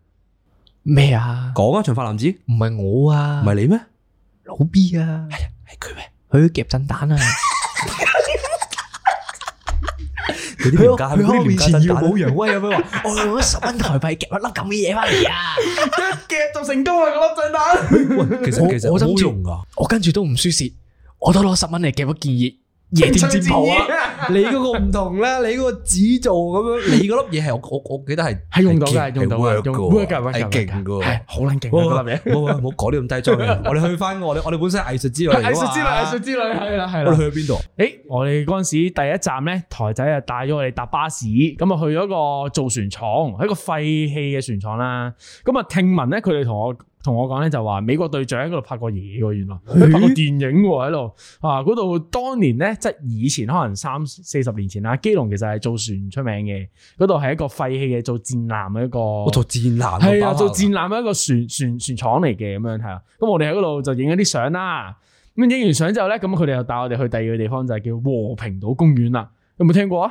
Speaker 3: 咩啊？
Speaker 2: 講啊，長髮男子，唔
Speaker 3: 唔係我啊，
Speaker 2: 係你咩？
Speaker 3: 老 B 啊，
Speaker 2: 係佢咩？
Speaker 3: 佢夾震蛋啊，
Speaker 2: 佢
Speaker 3: 佢
Speaker 2: 啲廉
Speaker 1: 啊
Speaker 2: 價，
Speaker 3: 佢喺我面前耀武
Speaker 2: 揚
Speaker 3: 揚威咁樣話， 我用咗十蚊台幣夾一粒咁嘅嘢翻嚟啊！
Speaker 1: 夾就成功啦，嗰粒震蛋。
Speaker 2: 其實其實
Speaker 3: 我我諗
Speaker 2: 好
Speaker 3: 住
Speaker 2: 用啊！
Speaker 3: 我跟住都唔輸蝕，我都攞十蚊嚟夾一件嘢夜 店占卜啊！
Speaker 2: 你嗰個唔同啦，你嗰個紙做 咁樣，你嗰粒嘢係我我我記得係
Speaker 1: 係用到㗎，用到㗎，用 work 㗎，work 㗎
Speaker 2: 係勁㗎
Speaker 1: 係好撚勁
Speaker 2: 冇
Speaker 1: 啊！嗰粒嘢。
Speaker 2: 冇冇講啲咁低 裝嘅，我哋去翻我哋我哋本身係藝術之旅嚟㗎嘛，
Speaker 1: 藝術之旅，藝術之旅，係啦，係
Speaker 2: 我哋
Speaker 1: 啦。
Speaker 2: 去咗邊度？
Speaker 1: 誒，我哋嗰陣時第一站咧，台仔啊帶咗我哋搭巴士，咁啊去咗個造船廠，係一個廢棄嘅船廠啦。咁啊聽聞咧，佢哋同我同我講咧就話美國隊長喺嗰度拍過嘢喎，原來佢拍過電影喎喺度啊！嗰度當年咧，即係以前可能三四十年前啦，基隆其實係造船出名嘅，嗰度係一個廢棄嘅做戰艦嘅一個。
Speaker 2: 我哦做戰艦，
Speaker 1: 係啊，做戰艦一個船船船廠嚟嘅咁樣係啊。咁我哋喺嗰度就影咗啲相啦。咁影完相之後咧，咁佢哋又帶我哋去第二個地方，就係叫和平島公園啦。有冇聽過啊？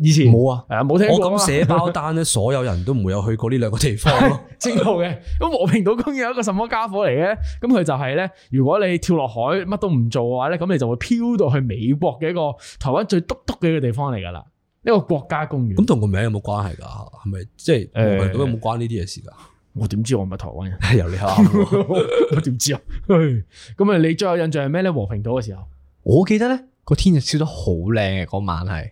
Speaker 1: 以前
Speaker 3: 冇啊，
Speaker 1: 係啊，冇聽
Speaker 2: 我
Speaker 1: 過啊嘛
Speaker 2: 咁 寫包單咧，所有人都唔會有去過呢兩個地方咯。
Speaker 1: 正路嘅。咁和平島公園有一個什麼家伙嚟嘅？咁佢就係咧，如果你跳落海乜都唔做嘅話咧，咁你就會飄到去美國嘅一個台灣最篤篤嘅一個地方嚟㗎啦。一個國家公園
Speaker 2: 咁。同個名有冇關係㗎？係咪即係
Speaker 1: 誒
Speaker 2: 咁有冇關呢啲嘢事㗎？
Speaker 1: 我點知我唔係台灣人？
Speaker 2: 由你啱喎。
Speaker 1: 我點知啊？ 唉咁啊，你最有印象係咩咧？和平島嘅時候，
Speaker 3: 我記得咧個天就燒得好靚啊嘅嗰晚係，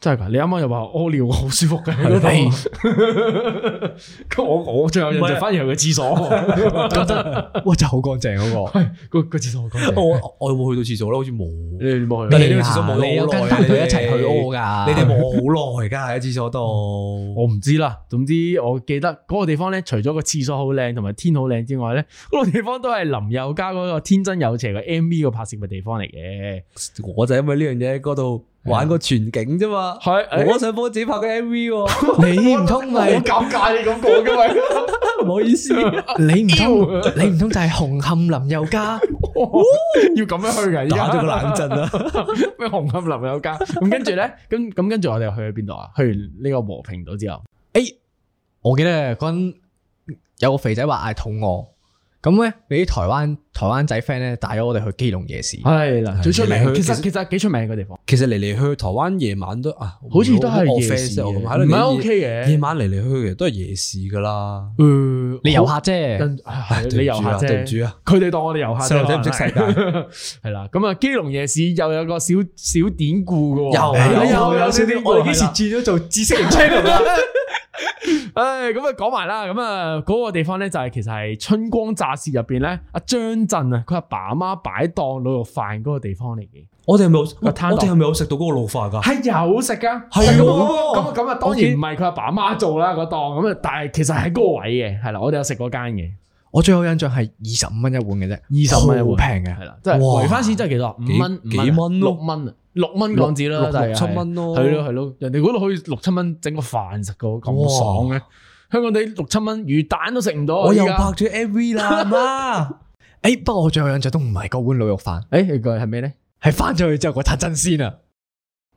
Speaker 1: 真係㗎！你啱啱又話屙尿好舒服嘅喺嗰度， 咁我我最有印象反而係啊個廁所，覺得
Speaker 3: 哇真係好乾淨啊嗰
Speaker 1: 個
Speaker 3: 個。
Speaker 1: 個廁所好乾淨
Speaker 2: 我我有冇去到廁所咧？好似冇。
Speaker 1: 你冇去
Speaker 2: 但
Speaker 1: 啊
Speaker 2: 係？你呢個廁所望咗好耐啊
Speaker 3: 你有跟翻佢一齊去屙噶，
Speaker 2: 你哋望好耐㗎喺廁所度。
Speaker 1: 我唔知啦，總之我記得嗰個地方咧，除咗個廁所好靚同埋天好靚之外咧，嗰、個地方都係林宥嘉嗰個天真有邪個 M V 個拍攝嘅地方嚟嘅。
Speaker 2: 我就因為呢樣嘢喺嗰度玩個全景啫嘛。
Speaker 1: 係誒
Speaker 2: 我想幫我自己拍個 M V 喎，
Speaker 3: 你唔通 咪
Speaker 1: 尷尬你咁講嘅 咪，
Speaker 2: 唔好意思。
Speaker 3: 你唔通你唔通就係紅磡林宥嘉？
Speaker 1: 要咁樣去嘅，而
Speaker 2: 打咗個
Speaker 1: 家
Speaker 2: 冷震啊啦。
Speaker 1: 咩紅磡林宥嘉咁跟住咧，咁咁跟住我哋去咗邊度啊？去完呢個和平島之後，
Speaker 3: 誒，我記得嗰陣有個肥仔話嗌肚餓，咁咧俾啲台灣台灣仔 friend 咧帶咗我哋去基隆夜市。
Speaker 1: 係啦，最出名，
Speaker 2: 其
Speaker 1: 其
Speaker 2: 實
Speaker 1: 實其實幾出名嘅個地方，
Speaker 2: 其實嚟嚟去去台灣夜晚都啊，
Speaker 1: 好似都係夜市嘅，
Speaker 2: 我咁
Speaker 1: 唔
Speaker 2: 係咯
Speaker 1: 係 OK 嘅。
Speaker 2: 夜晚嚟嚟去去嘅都係夜市㗎啦。
Speaker 1: 誒
Speaker 3: 你遊客
Speaker 1: 好
Speaker 3: 啫，
Speaker 1: 跟唉
Speaker 2: 對
Speaker 1: 你
Speaker 2: 唔
Speaker 1: 遊
Speaker 2: 住
Speaker 1: 客
Speaker 2: 啊
Speaker 1: 啫，
Speaker 2: 對唔住啊。
Speaker 1: 佢哋當我哋遊客啫，
Speaker 2: 細路仔唔識世 界
Speaker 1: 界，係啦。咁啊，基隆夜市又有個小小典故嘅喎，
Speaker 2: 又
Speaker 1: 係啊
Speaker 2: 有
Speaker 1: 又有小典故，
Speaker 2: 我哋幾
Speaker 1: 係
Speaker 2: 時
Speaker 1: 啦
Speaker 2: 轉咗做知識型 channel 啊？
Speaker 1: 唉，咁啊講埋啦，咁啊嗰個地方咧就係其實係春光乍泄入邊咧，阿張震啊，佢阿爸阿媽擺檔滷肉飯嗰個地方嚟嘅，
Speaker 2: 我哋係咪有
Speaker 1: 個攤檔
Speaker 2: 我哋係咪有食到嗰個老化㗎？
Speaker 1: 係有食噶，
Speaker 2: 哦係
Speaker 1: 咁
Speaker 2: 喎
Speaker 1: 咁咁啊，當
Speaker 2: 我見
Speaker 1: 然唔係佢阿爸阿媽做啦嗰檔，咁啊，但係其實喺嗰個位嘅，係啦，我哋有食嗰間嘅，
Speaker 3: 我最有印象係二十五蚊一碗嘅啫，
Speaker 1: 二十蚊一碗
Speaker 3: 好平
Speaker 1: 係
Speaker 3: 嘅。
Speaker 1: 啦，即係
Speaker 2: 哇
Speaker 1: 回翻先真係幾多？五蚊、
Speaker 2: 幾
Speaker 1: 五
Speaker 2: 幾蚊咯
Speaker 1: 六蚊啊，六蚊港紙啦，
Speaker 2: 六
Speaker 1: 大約係啊
Speaker 2: 六七蚊咯
Speaker 1: 係咯係咯，人哋嗰度可以六七蚊整個飯食個咁爽嘅，香港地六七蚊魚蛋都食唔到啊。
Speaker 2: 我又
Speaker 1: 依家
Speaker 2: 拍咗 M V 啦，媽。
Speaker 3: 誒，不過我最有印象都唔係嗰碗滷肉飯，
Speaker 1: 誒，你講係咩咧？
Speaker 3: 係翻咗去之後嗰攤真鮮啊！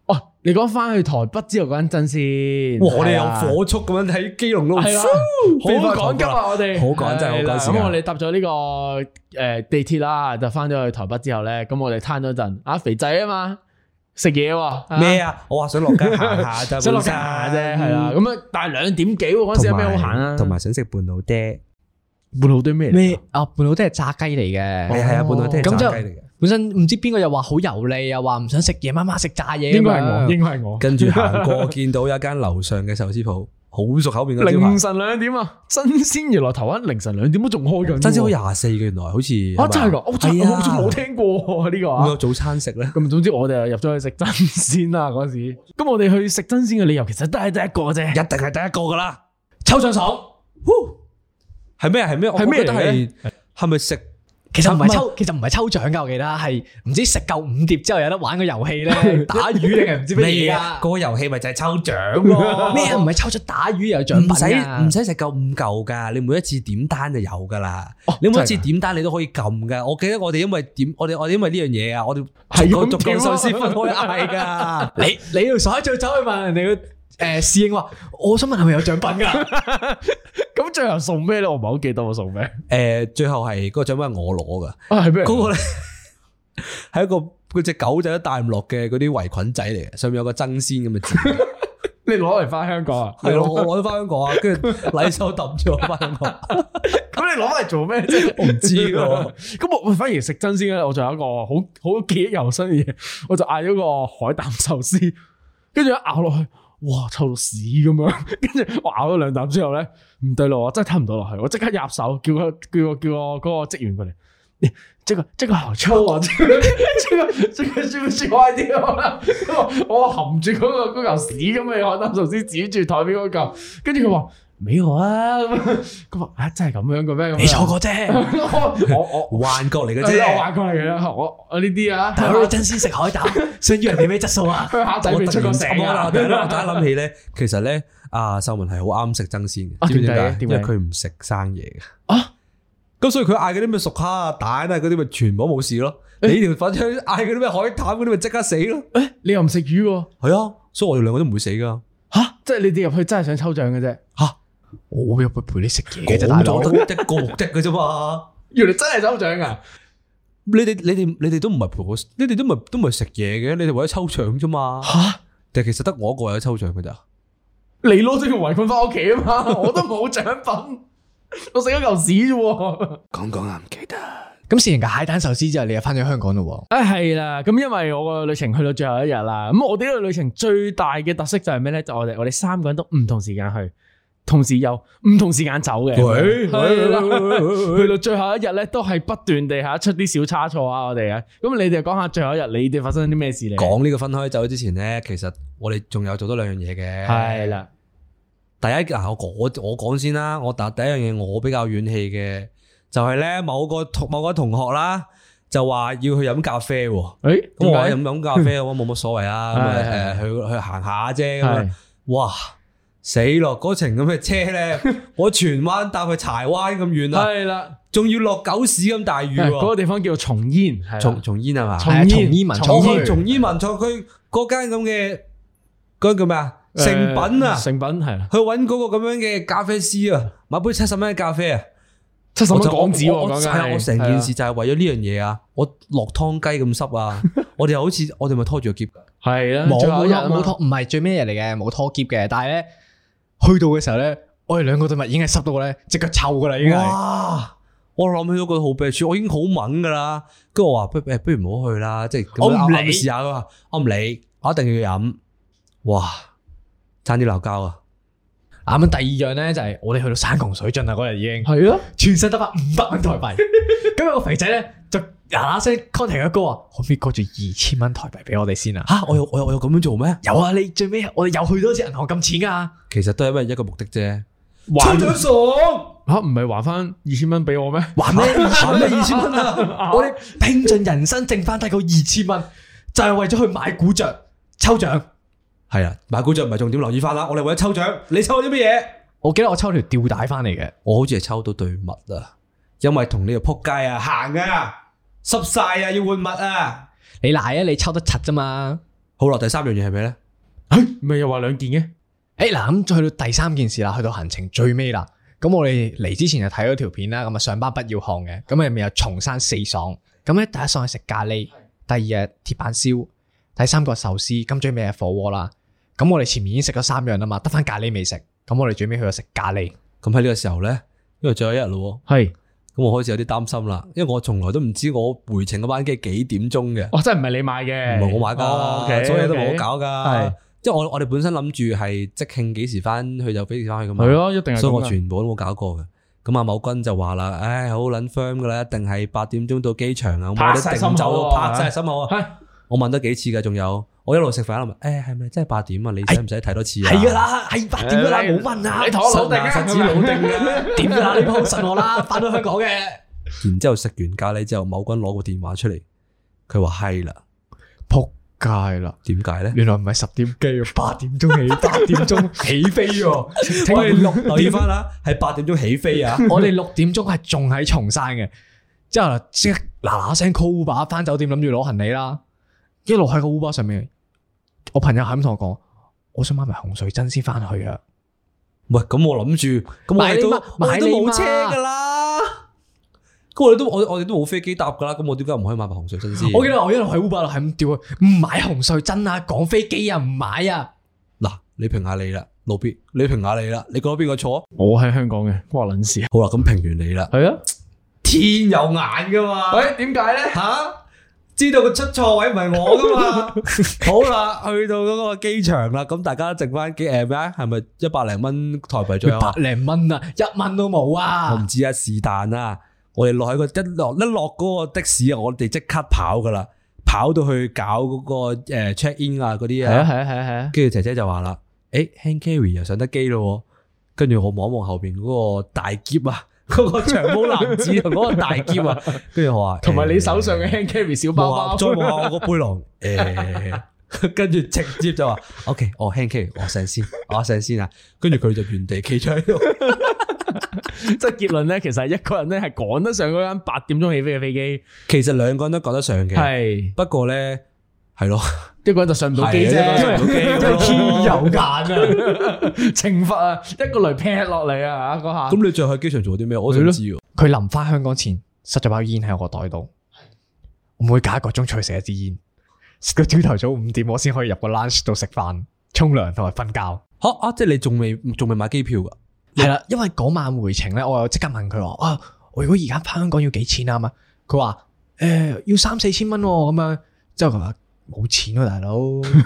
Speaker 1: 哦，你講翻去台北之後嗰陣真先，
Speaker 2: 哇！我哋
Speaker 1: 係
Speaker 2: 有
Speaker 1: 啊
Speaker 2: 火速咁樣喺基隆嗰
Speaker 1: 係啦
Speaker 2: 度，飛
Speaker 1: 好
Speaker 2: 返去
Speaker 1: 趕急
Speaker 2: 台北啦
Speaker 1: 啊！我哋
Speaker 2: 好趕真係好趕啊
Speaker 1: 係啦
Speaker 2: 時間
Speaker 1: 咁我哋搭咗呢個誒地鐵啦，就翻咗去台北之後咧，咁我哋攤咗陣，啊肥仔啊嘛，食嘢喎
Speaker 2: 咩啊？我話想落街行下 咋，
Speaker 1: 想落街行
Speaker 2: 本身嗯
Speaker 1: 下啫，係啦。咁啊，但係兩點幾喎，嗰陣時有咩好行啊？
Speaker 2: 同埋想食半老爹，
Speaker 1: 半路堆咩嚟
Speaker 3: 咩
Speaker 1: 㗎？
Speaker 3: 啊？半老爹係炸雞嚟
Speaker 2: 係
Speaker 3: 嘅，
Speaker 2: 係啊，半老爹係
Speaker 3: 咁
Speaker 2: 炸雞
Speaker 3: 就
Speaker 2: 嚟嘅。
Speaker 3: 本身唔知邊個又話好油膩，又話唔想食夜晚晚食炸嘢咁樣。
Speaker 1: 應該係我，應該係我。
Speaker 2: 啊跟住行過見到有一間樓上嘅壽司鋪，好熟口面嗰招 牌
Speaker 1: 凌，晨兩點啊，新鮮原來台灣凌晨兩點都仲開緊。
Speaker 2: 真先好廿四嘅原來，好似
Speaker 1: 啊，真係㗎，我真
Speaker 2: 係
Speaker 1: 係
Speaker 2: 啊
Speaker 1: 我仲冇聽過喎呢個
Speaker 2: 會有
Speaker 1: 啊。
Speaker 2: 早餐食咧。
Speaker 1: 咁總之我哋就入咗去食真鮮啦嗰時。咁我哋去食真鮮嘅理由其實都係得一個啫，
Speaker 2: 一定係第一個㗎啦，
Speaker 1: 抽上手。
Speaker 2: 係咩？係咩？我
Speaker 1: 係咩
Speaker 2: 覺得係係咪食？
Speaker 3: 其實唔係抽，其實唔係抽獎噶，我記得係唔知食夠五碟之後有得玩個遊戲咧，打魚定係唔知乜嘢啊？
Speaker 2: 個遊戲咪就係抽獎 咯。
Speaker 3: 咩啊？唔係抽出打魚又有獎
Speaker 2: 唔
Speaker 3: 品啊
Speaker 2: 使
Speaker 3: 㗎
Speaker 2: 嗯唔使食夠五嚿噶，你每一次點單就有噶啦。
Speaker 1: 哦
Speaker 2: 你每一次
Speaker 1: 真係㗎
Speaker 2: 點單你都可以撳噶。我記得我哋因為點，我哋我哋因為呢樣嘢啊，我哋
Speaker 1: 係
Speaker 2: 逐個
Speaker 1: 咁
Speaker 2: 逐個
Speaker 1: 點啊
Speaker 2: 壽司分開嗌噶。
Speaker 3: 你你要所最走去問人哋個诶侍應話，我想問係咪有獎品㗎？
Speaker 1: 咁最後送咩咧？我唔係好記得我送咩。
Speaker 2: 誒，最後係嗰個獎品係我攞噶，
Speaker 1: 啊，係咩？
Speaker 2: 嗰個咧係一個嗰只狗仔都戴唔落嘅嗰啲圍裙仔嚟嘅，上面有個爭鮮咁嘅 字。
Speaker 1: 你攞嚟翻香港啊？
Speaker 2: 係咯，我攞咗翻香港啊，跟住禮手抌咗翻 香港。
Speaker 1: 咁你攞嚟做咩啫？ 我唔
Speaker 2: 知喎。
Speaker 1: 咁我反而食真鮮咧，我仲有一個好好記憶猶新嘅嘢，我就嗌咗個海膽壽司，跟住一咬落去，哇，臭到屎咁樣。 跟住我咬咗兩啖之後咧，唔對路，我啊真係吞唔到落去，我即刻入手，叫個叫個叫個嗰個職員過嚟。你這個這個好臭啊！這個這個這個是不是快啲啊？我含住嗰、個嗰嚿屎咁嘅海膽壽司指住台面嗰嚿，跟住佢話美有啊咁樣，佢話啊真係咁樣嘅咩？咁樣
Speaker 3: 你錯過啫，
Speaker 1: 我我我
Speaker 2: 幻覺嚟嘅
Speaker 1: 即係我
Speaker 2: 啫，
Speaker 1: 話過嚟嘅啦，我我呢啲啊，
Speaker 3: 大佬你真先食 海膽，想要人哋咩質素 啊？
Speaker 1: 鄉下仔
Speaker 2: 我
Speaker 1: 未
Speaker 2: 突
Speaker 1: 出過
Speaker 2: 然
Speaker 1: 城
Speaker 2: 心啦，
Speaker 1: 啊
Speaker 2: 我！突然我突然諗起咧，其實咧，阿秀文係好啱食爭鮮嘅，
Speaker 1: 啊
Speaker 2: 知唔知點解？
Speaker 1: 點解
Speaker 2: 因為佢唔食生嘢嘅。
Speaker 1: 啊，
Speaker 2: 咁所以佢嗌嗰啲咩熟蝦啊、蛋啊嗰啲咪全部冇事咯。你條粉腸嗌嗰啲咩海膽嗰啲咪即刻死咯。
Speaker 1: 你又唔食魚喎？
Speaker 2: 係啊，所以我哋兩個都唔會死噶。
Speaker 1: 吓，即係你哋入去真係想抽獎嘅啫，
Speaker 3: 我入去陪你食嘢
Speaker 2: 講
Speaker 3: 嘅啫，大佬
Speaker 2: 咗。得一個目的嘅啫嘛。
Speaker 1: 原來真係抽獎啊！
Speaker 2: 你哋你哋你哋都唔係陪我，你哋都唔係都唔係食嘢嘅，你哋為咗抽獎啫嘛。
Speaker 1: 吓，
Speaker 2: 但係其實得我一個有抽獎嘅咋。
Speaker 1: 你攞咗條圍裙翻屋企啊嘛，我都冇獎品，我食咗嚿屎啫喎。
Speaker 2: 講講啊，唔記得。
Speaker 3: 咁食完個蟹蛋壽司之後，你又翻咗香港咯
Speaker 1: 啊，係啦，咁因為我個旅程去到最後一日啦，咁我哋呢個旅程最大嘅特色就係咩咧？就我哋我哋三個人都唔同時間去，同時又唔同時間走嘅。
Speaker 2: 喂
Speaker 1: 係啦去到最後一日咧，都係不斷地吓出啲小差錯啊，我哋啊。咁你哋講下最後一日你哋發生啲咩事咧？啊
Speaker 2: 講呢個分開走之前咧，其實我哋仲有做多兩樣嘢嘅。
Speaker 1: 係啦，
Speaker 2: 第一嗱，我我我講先啦，我第第一樣嘢我比較怨氣嘅，就係咧某個同某個同學啦，就話要去飲咖啡喎。
Speaker 1: 誒，
Speaker 2: 咁
Speaker 1: 點解
Speaker 2: 我話飲飲咖 啡，我冇乜所謂啊，咁啊
Speaker 1: 係
Speaker 2: 誒去去行下啫咁
Speaker 1: 係
Speaker 2: 樣。哇！死咯！嗰程咁嘅車咧， 我荃灣搭去柴灣咁遠啦，
Speaker 1: 係啦，
Speaker 2: 仲要落狗屎咁大雨
Speaker 1: 誒嗰個
Speaker 2: 喎。
Speaker 1: 地方叫松煙，係啦
Speaker 2: 松松煙係嘛？
Speaker 1: 松
Speaker 3: 係啊
Speaker 1: 煙
Speaker 3: 松煙文
Speaker 1: 松
Speaker 3: 創
Speaker 2: 我
Speaker 1: 煙
Speaker 3: 區
Speaker 2: 去松煙文創區嗰間咁嘅嗰間叫咩啊？
Speaker 1: 誒
Speaker 2: 成品啊！
Speaker 1: 成品係啦，
Speaker 2: 去揾嗰個咁樣嘅咖啡師啊，買杯七十蚊嘅咖啡啊，
Speaker 1: 七十
Speaker 2: 我
Speaker 1: 蚊
Speaker 2: 就
Speaker 1: 港紙
Speaker 2: 我
Speaker 1: 喎，
Speaker 2: 我
Speaker 1: 講緊
Speaker 2: 係啊
Speaker 1: 係
Speaker 2: 我成件事就係為咗呢樣嘢啊，我落湯雞咁濕 啊，我哋又好似我哋咪拖住個箧，
Speaker 1: 係啦，
Speaker 3: 喎，冇
Speaker 1: 最後
Speaker 3: 冇
Speaker 1: 一日
Speaker 3: 拖
Speaker 1: 啊嘛
Speaker 3: 冇拖，唔係最尾一日嚟嘅，冇拖劫嘅。但係咧，去到嘅時候咧，我哋兩個對襪已經係濕到咧，只腳臭噶啦，已經係。
Speaker 2: 哇！我諗起都覺得好悲處，我已經好猛噶啦，跟住我話不誒，不如唔好去啦，即係咁樣
Speaker 3: 我唔
Speaker 2: 啱啱
Speaker 3: 理
Speaker 2: 試下佢話我唔理，我一定要飲，哇！差啲鬧交啊！
Speaker 3: 啱啱第二樣咧就係我哋去到山窮水盡啦，嗰日已經。
Speaker 1: 係咯。
Speaker 3: 全身得翻五百蚊台 幣。咁有個肥仔咧就嗱嗱聲 contact 阿哥話，可唔可以過住二千蚊台幣俾我哋先啊？
Speaker 2: 吓，我有我有我有咁樣做咩？
Speaker 3: 有啊，你最尾我哋又去多次銀行撳錢噶。
Speaker 2: 其實都係因為一個目的啫，
Speaker 1: 還
Speaker 2: 爽，
Speaker 1: 吓唔係還翻二千蚊俾我咩？
Speaker 3: 還咩？還 咩二千蚊啊？我哋拼盡人生剩翻低個二千蚊，就係為咗去買古着抽獎。
Speaker 2: 係啊，買股就唔係重點，留意翻啦，我哋為咗抽獎，你抽咗啲乜嘢？
Speaker 3: 我記得我抽條吊帶翻嚟嘅，
Speaker 2: 我好似係抽到對襪啊，因為同呢個仆街啊行啊，濕晒啊，要換襪啊。
Speaker 3: 你賴啊！你抽得柒啫嘛。
Speaker 2: 好啦，第三樣嘢係咩咧？
Speaker 1: 咪又話兩件嘅，
Speaker 3: 誒嗱，咁去到第三件事啦，去到行程最尾啦。咁啊我哋嚟之前就睇咗條片啦，咁啊上班不要看嘅，咁入面有松山四爽，咁咧第一爽係食咖喱，第二日鐵板燒，第三個壽司，咁最尾係火鍋啦。咁我哋前面已經食咗三樣啦嘛，得翻咖喱未食，咁我哋最尾去咗食咖喱。
Speaker 2: 咁喺呢個時候咧，因為最後一日咯
Speaker 1: 係
Speaker 2: 喎，咁我開始有啲擔心啦，因為我從來都唔知我回程嗰班機幾點鐘嘅，
Speaker 1: 哦我真係唔係你買嘅，
Speaker 2: 唔係我買
Speaker 1: 哦
Speaker 2: 噶，
Speaker 1: ，OK，
Speaker 2: 所以都冇
Speaker 1: OK
Speaker 2: 我搞
Speaker 1: 係
Speaker 2: 噶。即係我我哋本身諗住係即興幾時翻去就幾時翻去噶嘛。
Speaker 1: 係咯，一定係
Speaker 2: 所以我
Speaker 1: 啊咁㗎
Speaker 2: 全部都冇搞過嘅。咁阿某君就話啦，唉，好撚 firm 噶啦，一定係八點鐘到機場啊，我
Speaker 1: 拍
Speaker 2: 哋
Speaker 1: 晒
Speaker 2: 一
Speaker 1: 心口
Speaker 2: 定
Speaker 1: 啊
Speaker 2: 走到拍晒心口啊！
Speaker 1: 係
Speaker 2: 我問多幾次㗎，仲有我一路食飯一路問，誒係咪真係八點啊？你使唔使睇多次啊？
Speaker 3: 係噶啦，係八點噶啦，冇問啊，
Speaker 1: 你同我老定啊
Speaker 2: 實指老定啊！
Speaker 3: 點噶啦，你鋪信我啦，翻到香港嘅。
Speaker 2: 然之後食完咖喱之後，某君攞個電話出嚟，佢話係啦，
Speaker 3: 仆街啦！
Speaker 2: 點解咧？
Speaker 3: 原來唔係十點機啊，八點鐘起，八點鐘起飛 喎。請
Speaker 2: 我哋
Speaker 3: 問
Speaker 2: 六留意翻啦，係八點鐘起飛啊！
Speaker 3: 我哋六點鐘係仲喺松山嘅，之後即刻嗱嗱聲 call Uber 翻酒店，諗住攞行李啦。一路喺個 Uber 上面，我朋友係咁同我講：我想買埋洪水珍先翻去啊！
Speaker 2: 喂，咁我諗住，咁我哋都
Speaker 3: 買你嘛
Speaker 2: 我哋都
Speaker 3: 買你嘛
Speaker 2: 冇車噶啦，咁我哋都我我哋都冇飛機搭噶啦，咁我點解唔可以買埋紅水新先？
Speaker 3: 我記得我一路喺 Uber 度係咁叫佢唔買洪水珍啊，趕飛機啊，唔買啊！
Speaker 2: 嗱，你評下你啦，路邊你評下你啦，你覺得邊個錯？
Speaker 1: 我喺香港嘅，關我撚事啊！
Speaker 2: 好啦，咁評完你啦，
Speaker 1: 係啊，
Speaker 2: 天有眼噶嘛
Speaker 1: 喂，點解咧？
Speaker 2: 吓，知道佢出錯位唔係我噶 嘛？好啦，去到嗰個機場啦，咁大家剩翻幾誒咩啊？係咪一百零蚊台幣左右
Speaker 3: 百
Speaker 2: 啊？
Speaker 3: 零蚊啊，一蚊都冇
Speaker 2: 我唔
Speaker 3: 啊！
Speaker 2: 知啊，是但啦。我哋落喺個一落一落嗰個的士啊，我哋即刻跑噶啦，跑到去搞嗰個誒 check in 啊嗰啲
Speaker 1: 係啊，
Speaker 2: 啊，
Speaker 1: 係啊，係啊，係啊，
Speaker 2: 跟住姐姐就話啦：，誒 hand carry 又上得機咯喎。跟住我望一望後邊嗰個大箧啊， 嗰個長毛男子同嗰個大箧啊，跟住我話，
Speaker 1: 同埋你手上
Speaker 2: 誒
Speaker 1: 嘅 hand carry 小包
Speaker 2: 冇
Speaker 1: 包，
Speaker 2: 啊，再望下我個背囊，誒、 跟住直接就話 OK，我 hand carry，我上先，我上先啊，跟住佢就原地企咗喺度，
Speaker 1: 即係結論咧，其實係一個人咧係趕得上嗰間八點鐘起飛嘅飛機，
Speaker 2: 其實兩個人都講得上嘅，
Speaker 1: 係
Speaker 2: 不過咧係咯，
Speaker 1: 一個人就上唔到機啫，
Speaker 2: 係啊一個人
Speaker 1: 因
Speaker 2: 上唔到機
Speaker 1: 為因
Speaker 2: 咯
Speaker 1: 為天
Speaker 3: 有
Speaker 1: 有
Speaker 3: 眼啊！
Speaker 1: 懲罰啊，一個雷劈落嚟啊，嗰下
Speaker 2: 咁你最後喺機場做啲咩？我想知喎。
Speaker 3: 佢臨翻香港前，塞咗包煙喺我個袋度，我每隔一個鐘出去食一支煙，食到朝頭早五點，我先可以入個 lunch 度食飯、沖涼同埋瞓覺。
Speaker 2: 吓啊！即係你仲未仲未買機票噶？
Speaker 3: 系啦，因為嗰晚回程咧，我又即刻問佢話：啊，我如果而家翻香港要幾錢啊？咁啊，佢話：诶、要三四千蚊喎咁樣。之後佢話冇錢喎、大佬，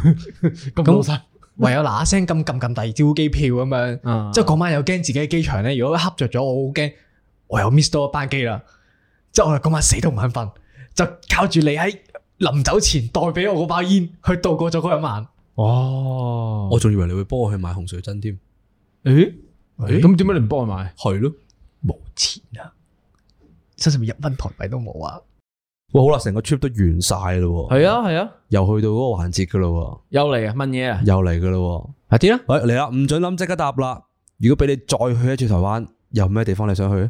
Speaker 1: 咁老實
Speaker 3: 唯有嗱嗱聲咁撳撳第二朝機票咁樣。
Speaker 1: 啊
Speaker 3: 即係嗰晚又驚自己喺機場咧，如果恰着咗，我好驚，我又 miss 多一班機啦。即係我又嗰晚死都唔肯瞓，就靠住你喺臨走前代俾我嗰包煙去度過咗嗰一晚。
Speaker 1: 哦，
Speaker 2: 我仲以為你會幫我去買紅水珍添，
Speaker 1: 诶，
Speaker 3: 咦
Speaker 1: 咁點解你唔幫我買？
Speaker 2: 係咯。
Speaker 3: 冇錢啊，身上面一蚊台幣都冇啊！
Speaker 2: 哇，好啦，成個 trip 都完晒咯喎，
Speaker 1: 係啊係啊，
Speaker 2: 又去到嗰個環節噶咯
Speaker 1: 又嚟啊問嘢啊
Speaker 2: 喎，，又嚟噶咯
Speaker 1: 係點啊？
Speaker 2: 喎。喂，嚟啦，唔准諗，即刻答啦。如果俾你再去一次台灣，有咩地方你想去啊？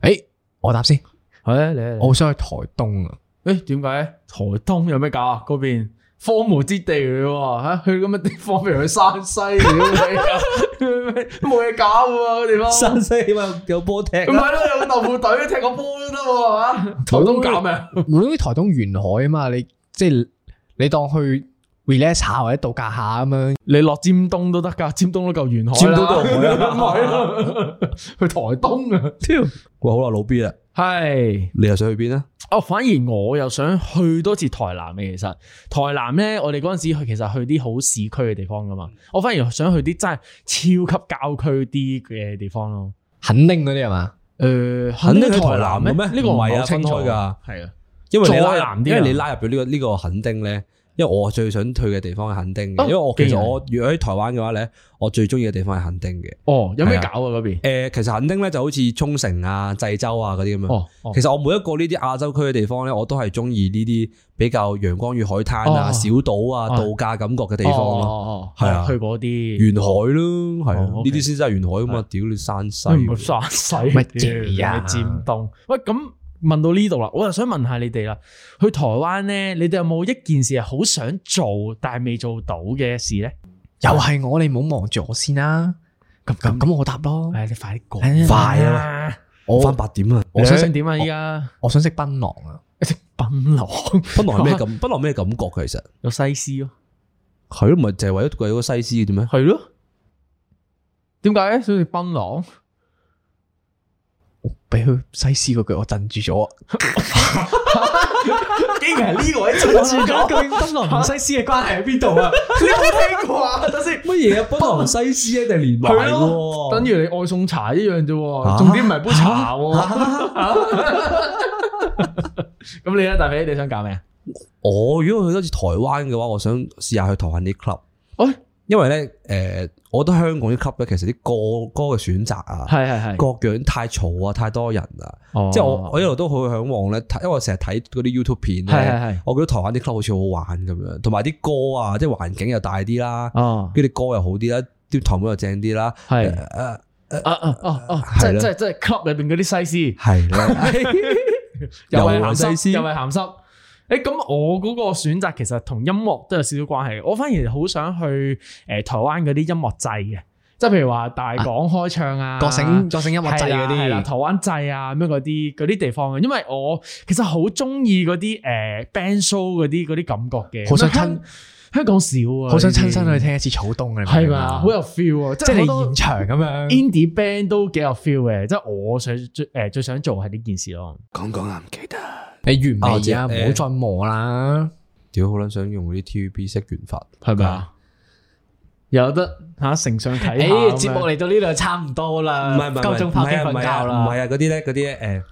Speaker 3: 诶、我答先，
Speaker 1: 係啊你啊你啊
Speaker 3: 我想去台東啊！
Speaker 1: 诶，點解台東有咩搞啊？嗰邊荒無之地嚟喎，吓去咁嘅地方，譬如去山西，屌你啊 冇嘢搞喎，嗰地方。
Speaker 2: 西起碼有波踢
Speaker 1: 唔係咯，有個豆腐隊踢個波都得喎，嚇！台東搞咩？
Speaker 3: 無論台東沿海啊嘛，你即係你當去 relax 下或者度假下咁樣，
Speaker 1: 你落尖東都得㗎，尖東都夠沿海啦。
Speaker 2: 尖東都有海啊
Speaker 1: 係咯，去台東啊！
Speaker 2: 挑。喂，好啦，老 B 啦，
Speaker 1: 係。
Speaker 2: 你又想去邊啊？
Speaker 1: 哦，反而我又想去多次台南嘅。其實台南咧，我哋嗰陣時去其實去啲好市區嘅地方㗎嘛。
Speaker 2: 嗯
Speaker 1: 我反而想去啲真係超級郊區啲嘅地方咯。
Speaker 3: 肯定嗰啲係嘛？
Speaker 1: 誒，
Speaker 2: 肯定去台南
Speaker 1: 南
Speaker 2: 嘅咩
Speaker 1: 呢個我唔係
Speaker 2: 唔係
Speaker 1: 好
Speaker 2: 啊
Speaker 1: 清楚
Speaker 2: 分開㗎。
Speaker 1: 係啊，
Speaker 2: 因為你
Speaker 1: 再
Speaker 2: 拉
Speaker 1: 南啲
Speaker 2: 因
Speaker 1: 啊
Speaker 2: 為你拉入咗呢個呢個墾丁咧，因為我最想去嘅地方係墾丁嘅，
Speaker 1: 啊
Speaker 2: 因為我
Speaker 1: 既
Speaker 2: 其
Speaker 1: 然
Speaker 2: 實我如果喺台灣嘅話咧，我最中意嘅地方係墾丁嘅。
Speaker 1: 哦，有咩
Speaker 2: 係
Speaker 1: 搞
Speaker 2: 啊
Speaker 1: 啊嗰邊？
Speaker 2: 誒，其實墾丁咧就好似沖繩啊、濟州啊嗰啲咁樣。
Speaker 1: 哦，哦
Speaker 2: 其實我每一個呢啲亞洲區嘅地方咧，我都係中意呢啲比較陽光與海灘啊、
Speaker 1: 哦
Speaker 2: 小島啊、
Speaker 1: 哦
Speaker 2: 度假感覺嘅地方
Speaker 1: 哦
Speaker 2: 咯，
Speaker 1: 哦，
Speaker 2: 係啊
Speaker 1: 去嗰啲
Speaker 2: 沿海咯，係啊，
Speaker 1: 哦
Speaker 2: 呢
Speaker 1: OK
Speaker 2: 啲先真係沿海啊嘛！屌你山西，
Speaker 1: 唔係山西，
Speaker 3: 乜嘢啊
Speaker 1: 屌你尖東。喂，咁問到呢度啦，我又想問下你哋啦，去台灣咧，你哋有冇一件事係好想做但係未做到嘅事咧？
Speaker 3: 又係我，你唔好望住我先啦。咁咁咁，我答咯。
Speaker 1: 誒，你快啲
Speaker 3: 唉
Speaker 1: 講，
Speaker 3: 快
Speaker 1: 啊！
Speaker 2: 我翻八點啊！
Speaker 1: 我
Speaker 3: 我
Speaker 1: 想
Speaker 3: 想
Speaker 1: 食
Speaker 3: 食
Speaker 1: 點啊？依家
Speaker 3: 我想食檳榔啊！
Speaker 1: 食檳 榔
Speaker 2: 不來咩感，不來咩感覺其實
Speaker 1: 有西施咯，
Speaker 2: 係咯，唔係就係為咗為咗西施嘅啫咩？
Speaker 1: 係咯。點解想食檳榔？
Speaker 3: 俾佢西施嗰句我震住咗，啊
Speaker 1: 竟然係呢個喺
Speaker 3: 震住咗。究竟檳 榔同西施嘅關係喺邊度啊？
Speaker 1: 你冇聽過啊？等先。
Speaker 2: 乜嘢啊？不同西施一定連埋
Speaker 1: 係咯，等
Speaker 2: 喎。
Speaker 1: 於你愛送茶一樣啫喎，
Speaker 2: 啊
Speaker 1: 重點唔係杯茶 喎。咁你咧，大肥，你想搞咩啊？
Speaker 2: 我哦如果去多次台灣嘅話，我想試下去台灣啲 club，
Speaker 1: 哦，係
Speaker 2: 因為咧誒，我覺得香港啲 club 咧，其實啲歌歌嘅選擇啊。
Speaker 1: 係哦
Speaker 2: 各樣太嘈啊，太多人啊，
Speaker 1: 係，
Speaker 2: 即係我我一路都好向往咧，睇因為我成日睇嗰啲 YouTube 片
Speaker 1: 係係
Speaker 2: 咧，
Speaker 1: 係
Speaker 2: 我覺得台灣啲 club 好似好玩咁樣，同埋啲歌啊，即係環境又大啲啦，
Speaker 1: 哦，
Speaker 2: 跟住啲歌又好啲啦，啲台本又正啲啦，
Speaker 1: 係
Speaker 2: 誒誒
Speaker 1: 啊啊哦哦，即
Speaker 2: 係
Speaker 1: 係
Speaker 2: 啦
Speaker 1: 即係即係 club 入邊嗰啲西施，
Speaker 2: 係 啦，
Speaker 1: 又係
Speaker 2: 又係
Speaker 1: 鹹
Speaker 2: 西
Speaker 1: 濕，
Speaker 2: 施
Speaker 1: 又係鹹濕。誒咁，我嗰個選擇其實同音樂都有少少關係。我反而好想去誒台灣嗰啲音樂祭嘅，即係譬如話大港開唱啊，
Speaker 3: 覺醒覺醒音樂祭嗰
Speaker 1: 係啦係啦
Speaker 3: 啲，
Speaker 1: 台灣制啊，咩嗰啲嗰啲地方嘅，因為我其實好中意嗰啲誒 band show 嗰啲嗰啲感覺嘅，
Speaker 3: 好想親
Speaker 1: 香香港少啊，
Speaker 3: 好想親身去
Speaker 1: 聽，
Speaker 3: 聽一次草東嘅，
Speaker 1: 係嘛，好有 feel 啊，即
Speaker 3: 即係
Speaker 1: 係
Speaker 3: 你
Speaker 1: 好多
Speaker 3: 現場咁樣。
Speaker 1: indie band 都幾有 feel 嘅，即係我想最誒最想做係呢件事咯。
Speaker 2: 講講啊，唔記得。
Speaker 3: 你完美
Speaker 2: 啊
Speaker 3: 啊！
Speaker 2: 我知
Speaker 3: 唔好再磨啦。
Speaker 2: 屌，好撚想用嗰啲 TVB 式卷法，係
Speaker 1: 咪啊？有得嚇成上睇下
Speaker 3: 誒
Speaker 1: 咁樣，
Speaker 3: 節目嚟到呢度差唔多
Speaker 2: 唔
Speaker 3: 啦，
Speaker 2: 係唔係
Speaker 3: 啊夠鐘拍機
Speaker 2: 唔
Speaker 3: 瞓
Speaker 2: 係
Speaker 3: 覺
Speaker 2: 啊唔係
Speaker 3: 啦。
Speaker 2: 啊，嗰啲咧嗰啲咧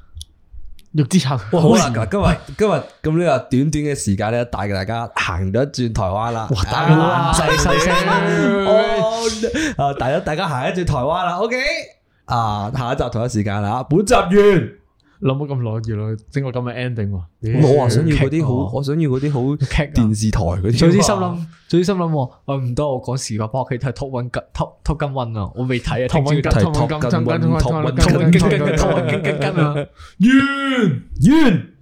Speaker 1: 肉之後，
Speaker 2: 誒，好啦，
Speaker 3: 啊
Speaker 2: 嗱今日今日咁呢個短短嘅時間咧，帶大家行咗一轉台灣啦。哇，
Speaker 3: 大 佬啊細細聲
Speaker 1: 啦，
Speaker 2: 啊，大家大家行一轉台灣啦，OK？啊，下一集同一時間啦，本集完。
Speaker 1: 諗咗咁耐，原來整個咁嘅 ending 喎。
Speaker 2: 我話想要嗰啲好
Speaker 3: 劇啊，
Speaker 2: 我想要嗰啲好
Speaker 3: 劇啊
Speaker 2: 電視台嗰啲。
Speaker 3: 總之心諗，總之心諗喎，我唔多，我嗰時個翻屋企睇 Top One Top Top 金 One 啊，我未睇啊，
Speaker 1: 同
Speaker 3: 聽
Speaker 1: 温
Speaker 3: 朝
Speaker 1: 金，
Speaker 2: 睇
Speaker 1: 同温金，
Speaker 2: Top Gun，
Speaker 1: 同温金，
Speaker 2: Top Gun，
Speaker 1: 同温金，
Speaker 3: Top Gun，
Speaker 1: 同温金
Speaker 3: Top Gun，Top Gun，Top Gun，Top Gun 啊
Speaker 1: 完完。
Speaker 2: 完。